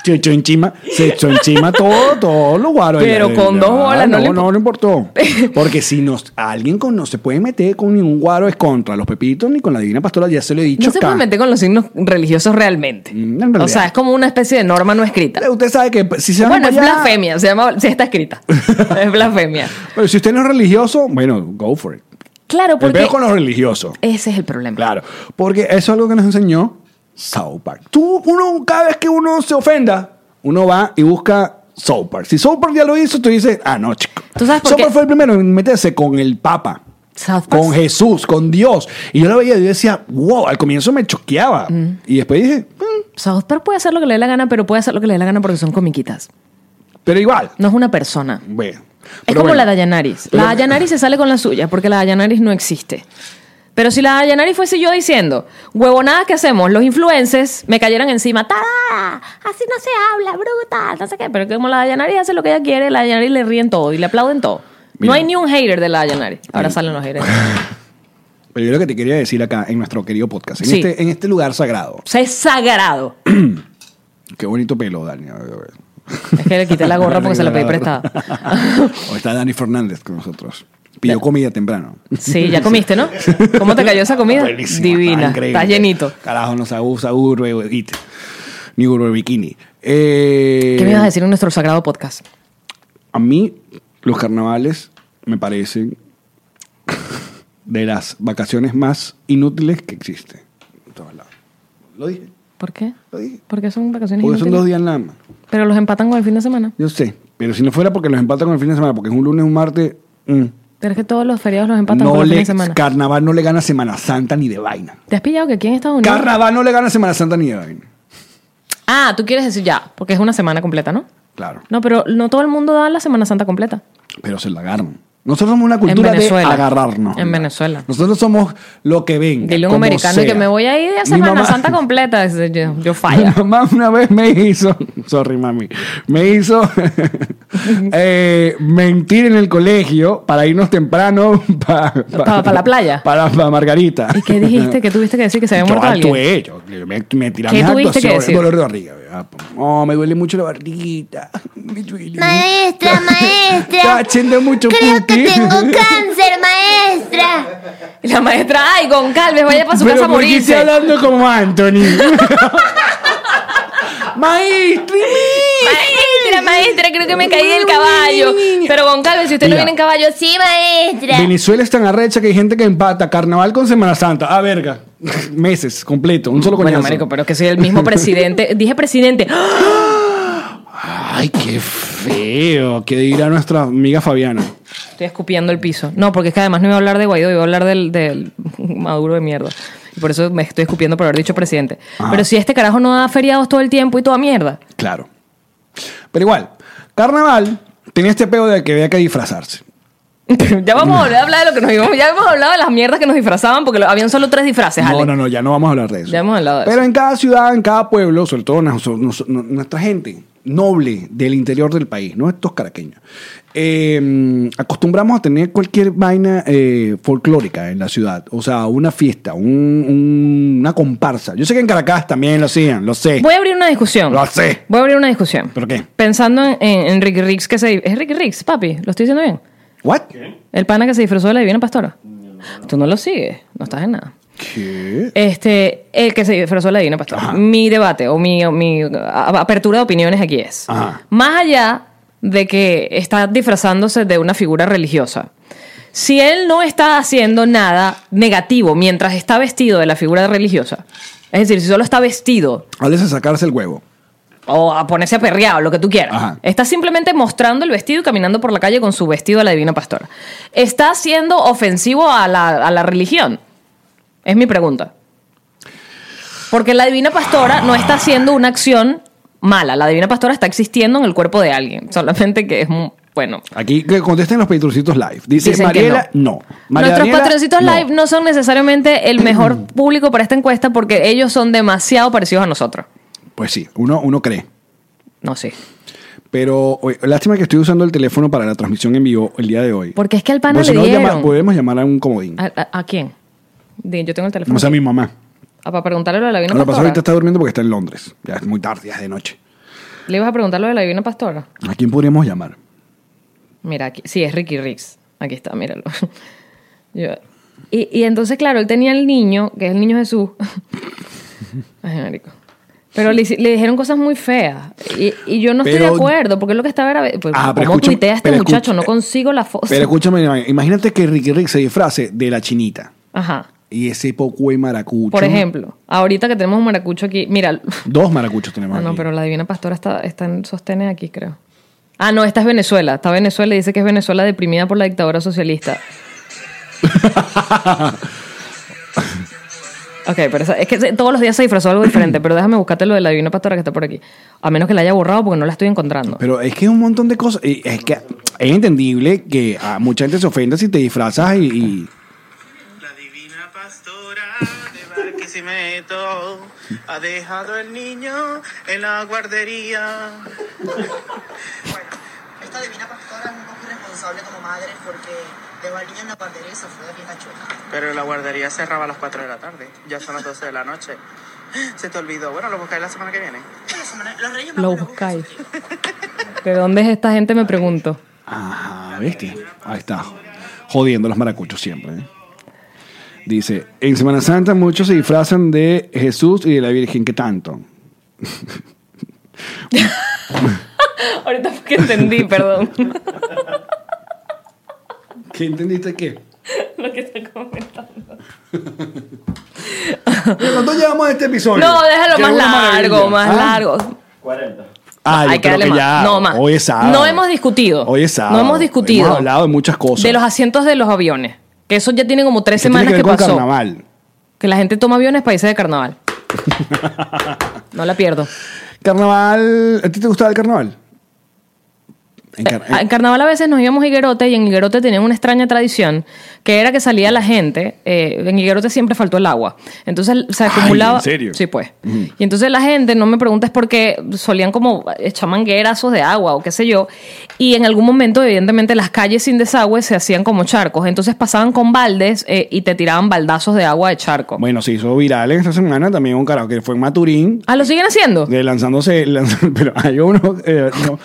[SPEAKER 3] se echó encima. Se echó encima todo, todo lugar.
[SPEAKER 4] Pero con dos bolas,
[SPEAKER 3] No,
[SPEAKER 4] no
[SPEAKER 3] no,
[SPEAKER 4] le
[SPEAKER 3] no, importó. Porque si nos, alguien con, no se puede meter con ningún guaro es contra los pepitos ni con la divina pastora. Ya se lo he dicho.
[SPEAKER 4] no se puede
[SPEAKER 3] acá.
[SPEAKER 4] meter con los signos religiosos realmente.
[SPEAKER 3] Mm, en realidad.
[SPEAKER 4] O sea, es como una especie de norma no escrita.
[SPEAKER 3] Usted sabe que si se van
[SPEAKER 4] Bueno, es
[SPEAKER 3] para allá-
[SPEAKER 4] blasfemia. Se llama, sí, está escrita. es blasfemia.
[SPEAKER 3] Pero si usted no es religioso, bueno, go for it.
[SPEAKER 4] Claro,
[SPEAKER 3] El
[SPEAKER 4] porque-
[SPEAKER 3] peo con los religiosos.
[SPEAKER 4] Ese es el problema.
[SPEAKER 3] Claro. Porque eso es algo que nos enseñó South Park. Tú, uno, cada vez que uno se ofenda, uno va y busca South Park. Si South Park ya lo hizo, tú dices, ah, no, chico.
[SPEAKER 4] ¿Tú sabes por
[SPEAKER 3] South
[SPEAKER 4] qué?
[SPEAKER 3] Park fue el primero en meterse con el Papa.
[SPEAKER 4] South Park.
[SPEAKER 3] Con Jesús, con Dios. Y yo lo veía y yo decía, wow, al comienzo me choqueaba. Y después dije, "Mm,
[SPEAKER 4] South Park puede hacer lo que le dé la gana, pero puede hacer lo que le dé la gana porque son comiquitas.
[SPEAKER 3] pero igual.
[SPEAKER 4] No es una persona.
[SPEAKER 3] Bueno.
[SPEAKER 4] Mm. es
[SPEAKER 3] Pero
[SPEAKER 4] como
[SPEAKER 3] bueno.
[SPEAKER 4] la Dayanaris.
[SPEAKER 3] Pero-
[SPEAKER 4] La Dayanaris se sale con la suya porque la Dayanaris no existe. Pero si la Dayanaris fuese yo diciendo, huevonadas que hacemos, los influencers me cayeran encima, ¡Tarada! Así no se habla, bruta, no sé qué. Pero como la Dayanaris hace lo que ella quiere, la Dayanaris le ríen todo y le aplauden todo.
[SPEAKER 3] Mira.
[SPEAKER 4] No hay ni un hater de la Dayanaris. Ahora salen los haters.
[SPEAKER 3] Pero yo lo que te quería decir acá en nuestro querido podcast, en,
[SPEAKER 4] Sí.
[SPEAKER 3] este, en este lugar sagrado.
[SPEAKER 4] O sea, es sagrado.
[SPEAKER 3] Qué bonito pelo, Dani.
[SPEAKER 4] Es que le quité la gorra porque se la pedí prestada.
[SPEAKER 3] o está Dani Fernández con nosotros. Pidió comida temprano.
[SPEAKER 4] Sí, ya comiste, ¿no? ¿Cómo te cayó esa comida?
[SPEAKER 3] Buenísima,
[SPEAKER 4] Divina.
[SPEAKER 3] increíble.
[SPEAKER 4] Estás llenito.
[SPEAKER 3] Carajo, no sabes, sabes, eat. Ni urbe bikini. Eh,
[SPEAKER 4] ¿Qué me ibas a decir en nuestro sagrado podcast?
[SPEAKER 3] A mí, los carnavales me parecen de las vacaciones más inútiles que existen. En todos lados. Lo dije,
[SPEAKER 4] ¿Por qué?
[SPEAKER 3] lo dije.
[SPEAKER 4] Porque son vacaciones
[SPEAKER 3] Porque son
[SPEAKER 4] inútiles.
[SPEAKER 3] dos días nada más.
[SPEAKER 4] Pero los empatan con el fin de semana.
[SPEAKER 3] Yo sé. Pero si no fuera porque los empatan con el fin de semana, porque es un lunes, un martes. mm,
[SPEAKER 4] Pero es que todos los feriados los empatan con
[SPEAKER 3] no
[SPEAKER 4] el fin
[SPEAKER 3] le,
[SPEAKER 4] de semana.
[SPEAKER 3] carnaval no le gana Semana Santa ni de vaina.
[SPEAKER 4] ¿Te has pillado que aquí en Estados Unidos?
[SPEAKER 3] Carnaval no le gana Semana Santa ni de vaina.
[SPEAKER 4] Ah, tú quieres decir ya, porque es una semana completa, ¿no?
[SPEAKER 3] Claro.
[SPEAKER 4] No, pero no todo el mundo da la Semana Santa completa.
[SPEAKER 3] Pero se la agarran. Nosotros somos una cultura de
[SPEAKER 4] Venezuela.
[SPEAKER 3] agarrarnos.
[SPEAKER 4] En Venezuela.
[SPEAKER 3] Nosotros somos lo que venga.
[SPEAKER 4] Dile a un
[SPEAKER 3] como
[SPEAKER 4] americano
[SPEAKER 3] sea.
[SPEAKER 4] y que me voy a ir a
[SPEAKER 3] Mi
[SPEAKER 4] Semana
[SPEAKER 3] mamá-
[SPEAKER 4] Santa completa. Dice, Yo, yo falla.
[SPEAKER 3] Mi mamá una vez me hizo, sorry mami, me hizo eh, mentir en el colegio para irnos temprano para
[SPEAKER 4] Pa- pa la playa.
[SPEAKER 3] Para, pa Margarita.
[SPEAKER 4] ¿Y qué dijiste? ¿Qué tuviste que decir que se había
[SPEAKER 3] Yo ah,
[SPEAKER 4] muerto alguien?
[SPEAKER 3] actué, yo me, me tiré
[SPEAKER 4] ¿Qué
[SPEAKER 3] mis
[SPEAKER 4] tuviste que
[SPEAKER 3] actuaciones,
[SPEAKER 4] decir?
[SPEAKER 3] dolor de barriga. ah, Oh, me duele mucho la barriguita. Me duele.
[SPEAKER 6] Maestra, maestra.
[SPEAKER 3] Está haciendo mucho
[SPEAKER 6] Creo que
[SPEAKER 3] pupi.
[SPEAKER 6] tengo cáncer, maestra.
[SPEAKER 4] Y la maestra, ay, Goncalves, vaya para su
[SPEAKER 3] Pero
[SPEAKER 4] casa a
[SPEAKER 3] ¿por qué
[SPEAKER 4] morirse.
[SPEAKER 3] estoy hablando como Anthony? Maestro,
[SPEAKER 4] Maestra, maestra, creo que me caí del caballo. Pero Goncalves, si usted
[SPEAKER 3] Mira.
[SPEAKER 4] no viene en caballo, sí.
[SPEAKER 6] Sí, maestra.
[SPEAKER 3] Venezuela es tan arrecha que hay gente que empata carnaval con Semana Santa. Ah, verga. Meses, completo. Un solo coñazo.
[SPEAKER 4] Bueno, marico, pero que soy el mismo presidente. Dije presidente.
[SPEAKER 3] Ay, qué feo. ¿Qué dirá nuestra amiga Fabiana?
[SPEAKER 4] Estoy escupiendo el piso. No, porque es que además no iba a hablar de Guaidó, iba a hablar del, del Maduro de mierda. Y por eso me estoy escupiendo por haber dicho presidente.
[SPEAKER 3] Ajá.
[SPEAKER 4] Pero si este carajo no da feriados todo el tiempo y toda mierda.
[SPEAKER 3] Claro. Pero igual, carnaval tenía este peo de que había que disfrazarse.
[SPEAKER 4] ya vamos a volver a hablar de lo que nos íbamos. Ya hemos hablado de las mierdas que nos disfrazaban porque lo- habían solo tres disfraces, Ale.
[SPEAKER 3] No, no, no, ya no vamos a hablar de eso.
[SPEAKER 4] Ya hemos hablado de
[SPEAKER 3] Pero
[SPEAKER 4] eso.
[SPEAKER 3] en cada ciudad, en cada pueblo, sobre todo nos- nos- nos- nuestra gente noble del interior del país, no estos caraqueños, eh, acostumbramos a tener cualquier vaina eh, folclórica en la ciudad. O sea, una fiesta, un- un- una comparsa. Yo sé que en Caracas también lo hacían, lo sé.
[SPEAKER 4] Voy a abrir una discusión.
[SPEAKER 3] Lo sé.
[SPEAKER 4] Voy a abrir una discusión.
[SPEAKER 3] ¿Pero qué?
[SPEAKER 4] Pensando en, en, en Ricky Ricks que se... Es Ricky Ricks, papi. ¿Lo estoy diciendo bien?
[SPEAKER 3] ¿What?
[SPEAKER 4] El pana que se disfrazó de la Divina Pastora. Tú no lo sigues. No estás en nada.
[SPEAKER 3] ¿Qué?
[SPEAKER 4] Este, el que se disfrazó de la Divina Pastora.
[SPEAKER 3] Ajá.
[SPEAKER 4] Mi debate o mi, o mi a- apertura de opiniones aquí es.
[SPEAKER 3] Ajá.
[SPEAKER 4] Más allá de que está disfrazándose de una figura religiosa. Si él no está haciendo nada negativo mientras está vestido de la figura religiosa, es decir, si solo está vestido
[SPEAKER 3] Hables de sacarse el huevo.
[SPEAKER 4] o a ponerse perreado, lo que tú quieras.
[SPEAKER 3] Ajá.
[SPEAKER 4] Está simplemente mostrando el vestido y caminando por la calle con su vestido a la divina pastora. Está siendo ofensivo a la, a la religión. Es mi pregunta. Porque la divina pastora no está haciendo una acción mala. La divina pastora está existiendo en el cuerpo de alguien. Solamente que es muy, bueno.
[SPEAKER 3] Aquí que contesten los patroncitos live. Dice
[SPEAKER 4] Dicen que
[SPEAKER 3] Mariela, no. María
[SPEAKER 4] Nuestros
[SPEAKER 3] Daniela,
[SPEAKER 4] patroncitos
[SPEAKER 3] no.
[SPEAKER 4] live no son necesariamente el mejor público para esta encuesta porque ellos son demasiado parecidos a nosotros.
[SPEAKER 3] Pues sí, uno, uno cree.
[SPEAKER 4] No sé.
[SPEAKER 3] Pero oye, lástima que estoy usando el teléfono para la transmisión en vivo el día de hoy.
[SPEAKER 4] Porque es que al pana
[SPEAKER 3] Pues si
[SPEAKER 4] le
[SPEAKER 3] no, llama-
[SPEAKER 4] dieron.
[SPEAKER 3] podemos llamar a un comodín.
[SPEAKER 4] ¿A, a- a quién? Di, Yo tengo el teléfono.
[SPEAKER 3] O sea, a mi mamá.
[SPEAKER 4] Ah, para preguntarle lo de la divina
[SPEAKER 3] Lo que pasa
[SPEAKER 4] pastora.
[SPEAKER 3] ahorita está durmiendo porque está en Londres. Ya es muy tarde, ya es de noche.
[SPEAKER 4] Le ibas a preguntar lo de la divina pastora.
[SPEAKER 3] ¿A quién podríamos llamar?
[SPEAKER 4] Mira, aquí, sí, es Ricky Riggs. Aquí está, míralo. Yo- y, y entonces, claro, él tenía el niño, que es el niño Jesús. Ay, marico. Pero le, hici- le dijeron cosas muy feas. Y, y yo no estoy
[SPEAKER 3] Pero-
[SPEAKER 4] de acuerdo, porque es lo que estaba era. Pues,
[SPEAKER 3] Ah, pero
[SPEAKER 4] ¿Cómo
[SPEAKER 3] escucha-
[SPEAKER 4] tuitea este
[SPEAKER 3] pero
[SPEAKER 4] muchacho?
[SPEAKER 3] escucha-
[SPEAKER 4] no consigo la foto.
[SPEAKER 3] Pero escúchame, imagínate que Ricky Rick se disfrace de la chinita.
[SPEAKER 4] Ajá.
[SPEAKER 3] Y ese poco de maracucho.
[SPEAKER 4] Por ejemplo, ahorita que tenemos un maracucho aquí. Mira.
[SPEAKER 3] Dos maracuchos tenemos
[SPEAKER 4] Ah, no,
[SPEAKER 3] aquí.
[SPEAKER 4] pero la Divina Pastora está, está en sostenes aquí, creo. Ah, no, esta es Venezuela. Está Venezuela y dice que es Venezuela deprimida por la dictadura socialista. Ok, pero esa- es que se- todos los días se disfrazó algo diferente, pero déjame buscarte lo de la Divina Pastora que está por aquí. A menos que la haya borrado porque no la estoy encontrando.
[SPEAKER 3] Pero es que es un montón de cosas. Y Es que es entendible que a mucha gente se ofenda si te disfrazas y. y-
[SPEAKER 7] La divina pastora de Barquisimeto ha dejado el niño en la guardería.
[SPEAKER 8] Bueno, esta divina pastora es un poco irresponsable como madre porque dejó al niño en la guardería y se fue de fiesta chueca.
[SPEAKER 7] Pero la guardería cerraba a las 4 de la tarde. Ya son las 12 de la noche. Se te olvidó. Bueno, lo buscaré la semana que viene.
[SPEAKER 8] Pero la semana- Los reyes
[SPEAKER 4] Lo
[SPEAKER 8] magos lo buscan.
[SPEAKER 4] buscáis. ¿De dónde es esta gente? Me pregunto.
[SPEAKER 3] Ajá, bestia. Ahí está. Jodiendo a los maracuchos siempre. ¿eh? Dice: En Semana Santa muchos se disfrazan de Jesús y de la Virgen. ¿Qué tanto?
[SPEAKER 4] Ahorita fue que entendí, perdón.
[SPEAKER 3] ¿Qué entendiste qué?
[SPEAKER 4] lo que está comentando.
[SPEAKER 3] ¿Cuánto llevamos a este episodio?
[SPEAKER 4] No, déjalo
[SPEAKER 3] Que
[SPEAKER 4] más
[SPEAKER 3] es una maravilla.
[SPEAKER 4] largo, más
[SPEAKER 3] ¿Ah?
[SPEAKER 4] largo.
[SPEAKER 3] Ah, yo
[SPEAKER 4] Hay que
[SPEAKER 3] creo
[SPEAKER 4] darle
[SPEAKER 3] que
[SPEAKER 4] más.
[SPEAKER 3] ya.
[SPEAKER 4] No, más.
[SPEAKER 3] Hoy es sábado.
[SPEAKER 4] No hemos discutido.
[SPEAKER 3] Hoy es sábado.
[SPEAKER 4] No hemos discutido.
[SPEAKER 3] Hemos hablado de muchas cosas.
[SPEAKER 4] De los asientos de los aviones. Que eso ya tiene como tres
[SPEAKER 3] ¿Qué tiene
[SPEAKER 4] semanas que,
[SPEAKER 3] ver con
[SPEAKER 4] pasó.
[SPEAKER 3] carnaval.
[SPEAKER 4] Que la gente toma aviones para irse de carnaval. no la pierdo.
[SPEAKER 3] Carnaval. ¿A ti te gustaba el carnaval? En car-
[SPEAKER 4] Ah, En carnaval a veces nos íbamos a Higuerote y en Higuerote tenían una extraña tradición que era que salía la gente. eh, en Higuerote siempre faltó el agua. Entonces se acumulaba.
[SPEAKER 3] ¿en serio?
[SPEAKER 4] Sí, pues. Y entonces la gente, no me preguntes por qué, solían como echar manguerazos de agua o qué sé yo. Y en algún momento, evidentemente, las calles sin desagüe se hacían como charcos. Entonces pasaban con baldes eh, y te tiraban baldazos de agua de charco.
[SPEAKER 3] Bueno, se hizo viral en esta semana también un carajo que fue en Maturín.
[SPEAKER 4] Ah, lo siguen haciendo.
[SPEAKER 3] De Eh, lanzándose, lanz- pero hay uno. eh, no.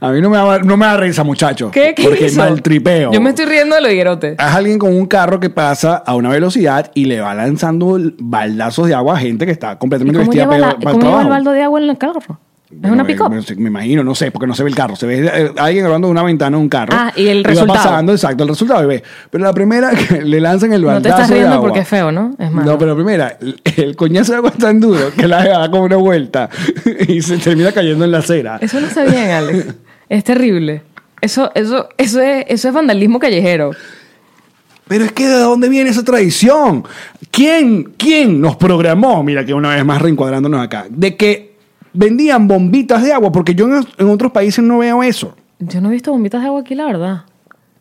[SPEAKER 3] a mí no me, da, no me da risa, muchacho.
[SPEAKER 4] ¿Qué, qué
[SPEAKER 3] Porque
[SPEAKER 4] hizo?
[SPEAKER 3] maltripeo.
[SPEAKER 4] Yo me estoy riendo de lo higuerote.
[SPEAKER 3] Es alguien con un carro que pasa a una velocidad y le va lanzando baldazos de agua a gente que está
[SPEAKER 4] ¿Y
[SPEAKER 3] completamente
[SPEAKER 4] ¿Cómo
[SPEAKER 3] vestida
[SPEAKER 4] lleva,
[SPEAKER 3] para,
[SPEAKER 4] la-
[SPEAKER 3] para el
[SPEAKER 4] cómo lleva
[SPEAKER 3] trabajo.
[SPEAKER 4] el baldo de agua en el carro? ¿Es una
[SPEAKER 3] Bueno, eh,
[SPEAKER 4] pick
[SPEAKER 3] no sé, Me imagino, no sé, porque no se ve el carro. Se ve eh, alguien hablando de una ventana de un carro.
[SPEAKER 4] Ah, y el
[SPEAKER 3] va
[SPEAKER 4] resultado.
[SPEAKER 3] pasando, exacto, el resultado. y ve. Pero la primera que le lanzan el
[SPEAKER 4] No
[SPEAKER 3] baldazo
[SPEAKER 4] te estás riendo
[SPEAKER 3] de agua.
[SPEAKER 4] porque es feo, ¿no? Es malo.
[SPEAKER 3] No, pero primera, el- el coñazo de agua es tan duro que la da como una vuelta y se termina cayendo en la acera.
[SPEAKER 4] Eso no está bien, Alex. es terrible. Eso, eso, eso, es, eso es vandalismo callejero.
[SPEAKER 3] Pero es que ¿de dónde viene esa tradición? ¿Quién, quién nos programó? Mira que una vez más reencuadrándonos acá. De que vendían bombitas de agua, porque yo en, en otros países no veo eso.
[SPEAKER 4] Yo no he visto bombitas de agua aquí, la verdad.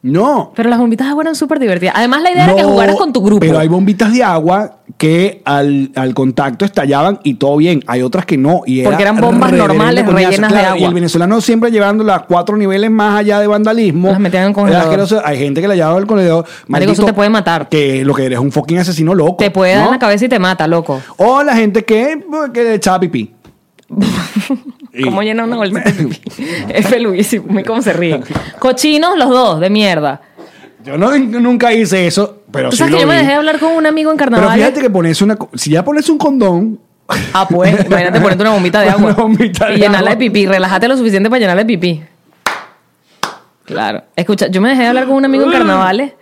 [SPEAKER 3] No.
[SPEAKER 4] Pero las bombitas de agua eran súper divertidas. Además, la idea era que
[SPEAKER 3] No,
[SPEAKER 4] jugaras con tu grupo.
[SPEAKER 3] Pero hay bombitas de agua que al, al contacto estallaban y todo bien. Hay otras que no. Y
[SPEAKER 4] Porque eran bombas
[SPEAKER 3] reverendo
[SPEAKER 4] normales
[SPEAKER 3] coñazo.
[SPEAKER 4] rellenas de
[SPEAKER 3] Claro, Y
[SPEAKER 4] agua.
[SPEAKER 3] el venezolano siempre llevando las cuatro niveles más allá de vandalismo.
[SPEAKER 4] Las metían en el congelador.
[SPEAKER 3] Era asqueroso. Hay gente que la llevaba al congelador.
[SPEAKER 4] Marico, eso
[SPEAKER 3] Maldito,
[SPEAKER 4] te puede matar.
[SPEAKER 3] Que lo que eres es un fucking asesino loco.
[SPEAKER 4] te puede dar
[SPEAKER 3] ¿no?
[SPEAKER 4] en la cabeza y te mata, loco.
[SPEAKER 3] O la gente que, que le echaba pipí. Y-
[SPEAKER 4] ¿Cómo llena una bolsa? es peludísimo. Mira cómo se ríen. Cochinos los dos, de mierda.
[SPEAKER 3] Yo no, nunca hice eso, pero
[SPEAKER 4] Tú
[SPEAKER 3] sí
[SPEAKER 4] sabes
[SPEAKER 3] lo
[SPEAKER 4] que yo me
[SPEAKER 3] vi.
[SPEAKER 4] dejé hablar con un amigo en
[SPEAKER 3] Pero
[SPEAKER 4] carnaval.
[SPEAKER 3] fíjate que pones una... co- Si ya pones un condón...
[SPEAKER 4] Ah, pues, imagínate ponerte una bombita de agua.
[SPEAKER 3] Una bombita de
[SPEAKER 4] y llenarla de
[SPEAKER 3] agua.
[SPEAKER 4] pipí. Relájate lo suficiente para llenarla de pipí. Claro. Escucha, yo me dejé de hablar con un amigo en carnavales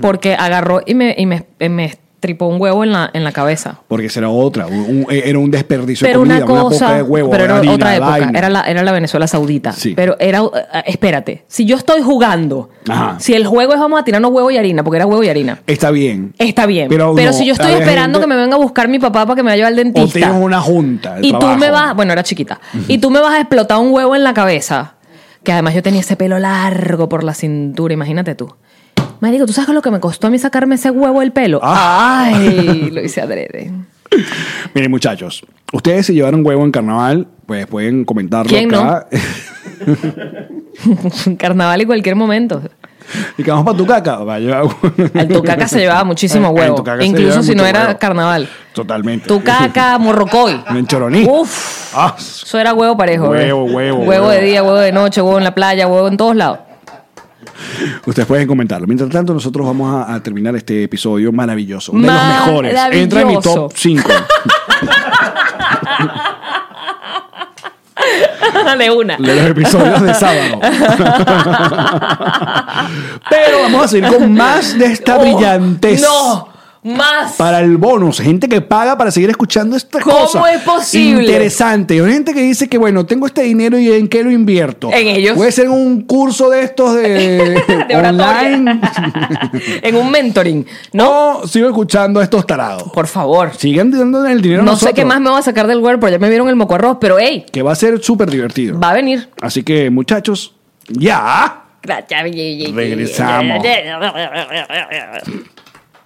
[SPEAKER 4] porque agarró y me, y me, me estripó un huevo en la, en la cabeza.
[SPEAKER 3] Porque será otra. un- un- era un desperdicio
[SPEAKER 4] Pero
[SPEAKER 3] de comida,
[SPEAKER 4] una cosa,
[SPEAKER 3] poca de huevo,
[SPEAKER 4] pero era
[SPEAKER 3] harina,
[SPEAKER 4] otra época,
[SPEAKER 3] vaina.
[SPEAKER 4] era la, era la Venezuela Saudita.
[SPEAKER 3] Sí.
[SPEAKER 4] Pero era, eh, espérate, si yo estoy jugando,
[SPEAKER 3] Ajá.
[SPEAKER 4] si el juego es vamos a tirarnos huevo y harina, porque era huevo y harina,
[SPEAKER 3] Está bien.
[SPEAKER 4] está bien.
[SPEAKER 3] Pero
[SPEAKER 4] Pero,
[SPEAKER 3] no,
[SPEAKER 4] si yo estoy
[SPEAKER 3] había
[SPEAKER 4] esperando
[SPEAKER 3] gente-
[SPEAKER 4] que me venga a buscar mi papá para que me vaya al
[SPEAKER 3] O
[SPEAKER 4] dentista.
[SPEAKER 3] tienes una junta de
[SPEAKER 4] Y
[SPEAKER 3] trabajo.
[SPEAKER 4] tú me vas, bueno, era chiquita, y tú me vas a explotar un huevo en la cabeza. Que además yo tenía ese pelo largo por la cintura, imagínate tú. Marico, ¿tú sabes lo que me costó a mí sacarme ese huevo del pelo?
[SPEAKER 3] Ah.
[SPEAKER 4] Ay, lo hice adrede.
[SPEAKER 3] Miren, muchachos. Ustedes si llevaron huevo en carnaval, pues pueden comentarlo
[SPEAKER 4] ¿Quién no?
[SPEAKER 3] acá.
[SPEAKER 4] Carnaval y cualquier momento.
[SPEAKER 3] y que vamos para tu caca. Va a llevar huevo.
[SPEAKER 4] Al Tucaca se llevaba muchísimo
[SPEAKER 3] Al
[SPEAKER 4] huevo,
[SPEAKER 3] Tucaca se
[SPEAKER 4] incluso
[SPEAKER 3] lleva
[SPEAKER 4] si no
[SPEAKER 3] mucho
[SPEAKER 4] era
[SPEAKER 3] huevo.
[SPEAKER 4] carnaval.
[SPEAKER 3] Totalmente.
[SPEAKER 4] Tucaca, morrocoy.
[SPEAKER 3] En Choroní.
[SPEAKER 4] Uf,
[SPEAKER 3] Ah,
[SPEAKER 4] eso era huevo parejo. ¿eh?
[SPEAKER 3] Huevo, huevo,
[SPEAKER 4] Huevo
[SPEAKER 3] huevo.
[SPEAKER 4] de día, huevo de noche, huevo en la playa, huevo en todos lados.
[SPEAKER 3] Ustedes pueden comentarlo. Mientras tanto, nosotros vamos a, a terminar este episodio maravilloso. De los mejores. Entra en mi top 5.
[SPEAKER 4] De una.
[SPEAKER 3] de los episodios de sábado. Pero vamos a seguir con más de esta
[SPEAKER 4] Oh,
[SPEAKER 3] brillantez.
[SPEAKER 4] No, más.
[SPEAKER 3] Para el bonus, gente que paga para seguir escuchando estas
[SPEAKER 4] ¿Cómo
[SPEAKER 3] cosas.
[SPEAKER 4] es posible?
[SPEAKER 3] Interesante. Hay gente que dice que, bueno, tengo este dinero y en qué lo invierto.
[SPEAKER 4] En ellos.
[SPEAKER 3] Puede ser un curso de estos de,
[SPEAKER 4] De oratoria.
[SPEAKER 3] online.
[SPEAKER 4] en un mentoring. No,
[SPEAKER 3] No, sigo escuchando a estos tarados.
[SPEAKER 4] por favor.
[SPEAKER 3] Sigan dándole el dinero a
[SPEAKER 4] No
[SPEAKER 3] nosotros,
[SPEAKER 4] sé qué más me voy a sacar del cuerpo, ya me vieron el moco arroz, pero hey,
[SPEAKER 3] Que va a ser súper divertido.
[SPEAKER 4] va a venir.
[SPEAKER 3] Así que, muchachos, ya.
[SPEAKER 4] Gracias.
[SPEAKER 3] Regresamos.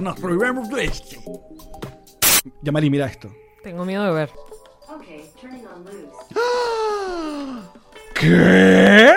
[SPEAKER 3] nos Remember Twitch. Yamari, mira esto.
[SPEAKER 4] Tengo miedo de ver.
[SPEAKER 3] ¿Qué?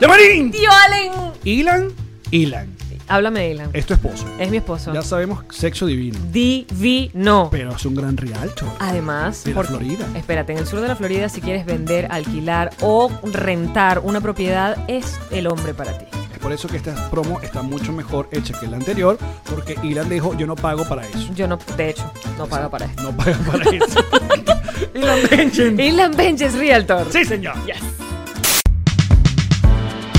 [SPEAKER 3] ¡Yamarín!
[SPEAKER 4] ¡Tío Allen!
[SPEAKER 3] Ilan, Ilan,
[SPEAKER 4] Háblame de Dylan.
[SPEAKER 3] es tu esposo.
[SPEAKER 4] Es mi esposo.
[SPEAKER 3] Ya sabemos sexo divino,
[SPEAKER 4] Divino.
[SPEAKER 3] pero es un gran rialto.
[SPEAKER 4] Además,
[SPEAKER 3] De la
[SPEAKER 4] por-
[SPEAKER 3] Florida.
[SPEAKER 4] Espérate, en el sur de la Florida, si quieres vender, alquilar o rentar una propiedad, es el hombre para ti.
[SPEAKER 3] Es por eso que esta promo está mucho mejor hecha que la anterior, porque Ilan dijo, yo no pago para eso.
[SPEAKER 4] Yo no, de hecho, no pago para esto.
[SPEAKER 3] No pago para eso. Ilan Benjen.
[SPEAKER 4] Island Benches Realtor.
[SPEAKER 3] Sí, señor.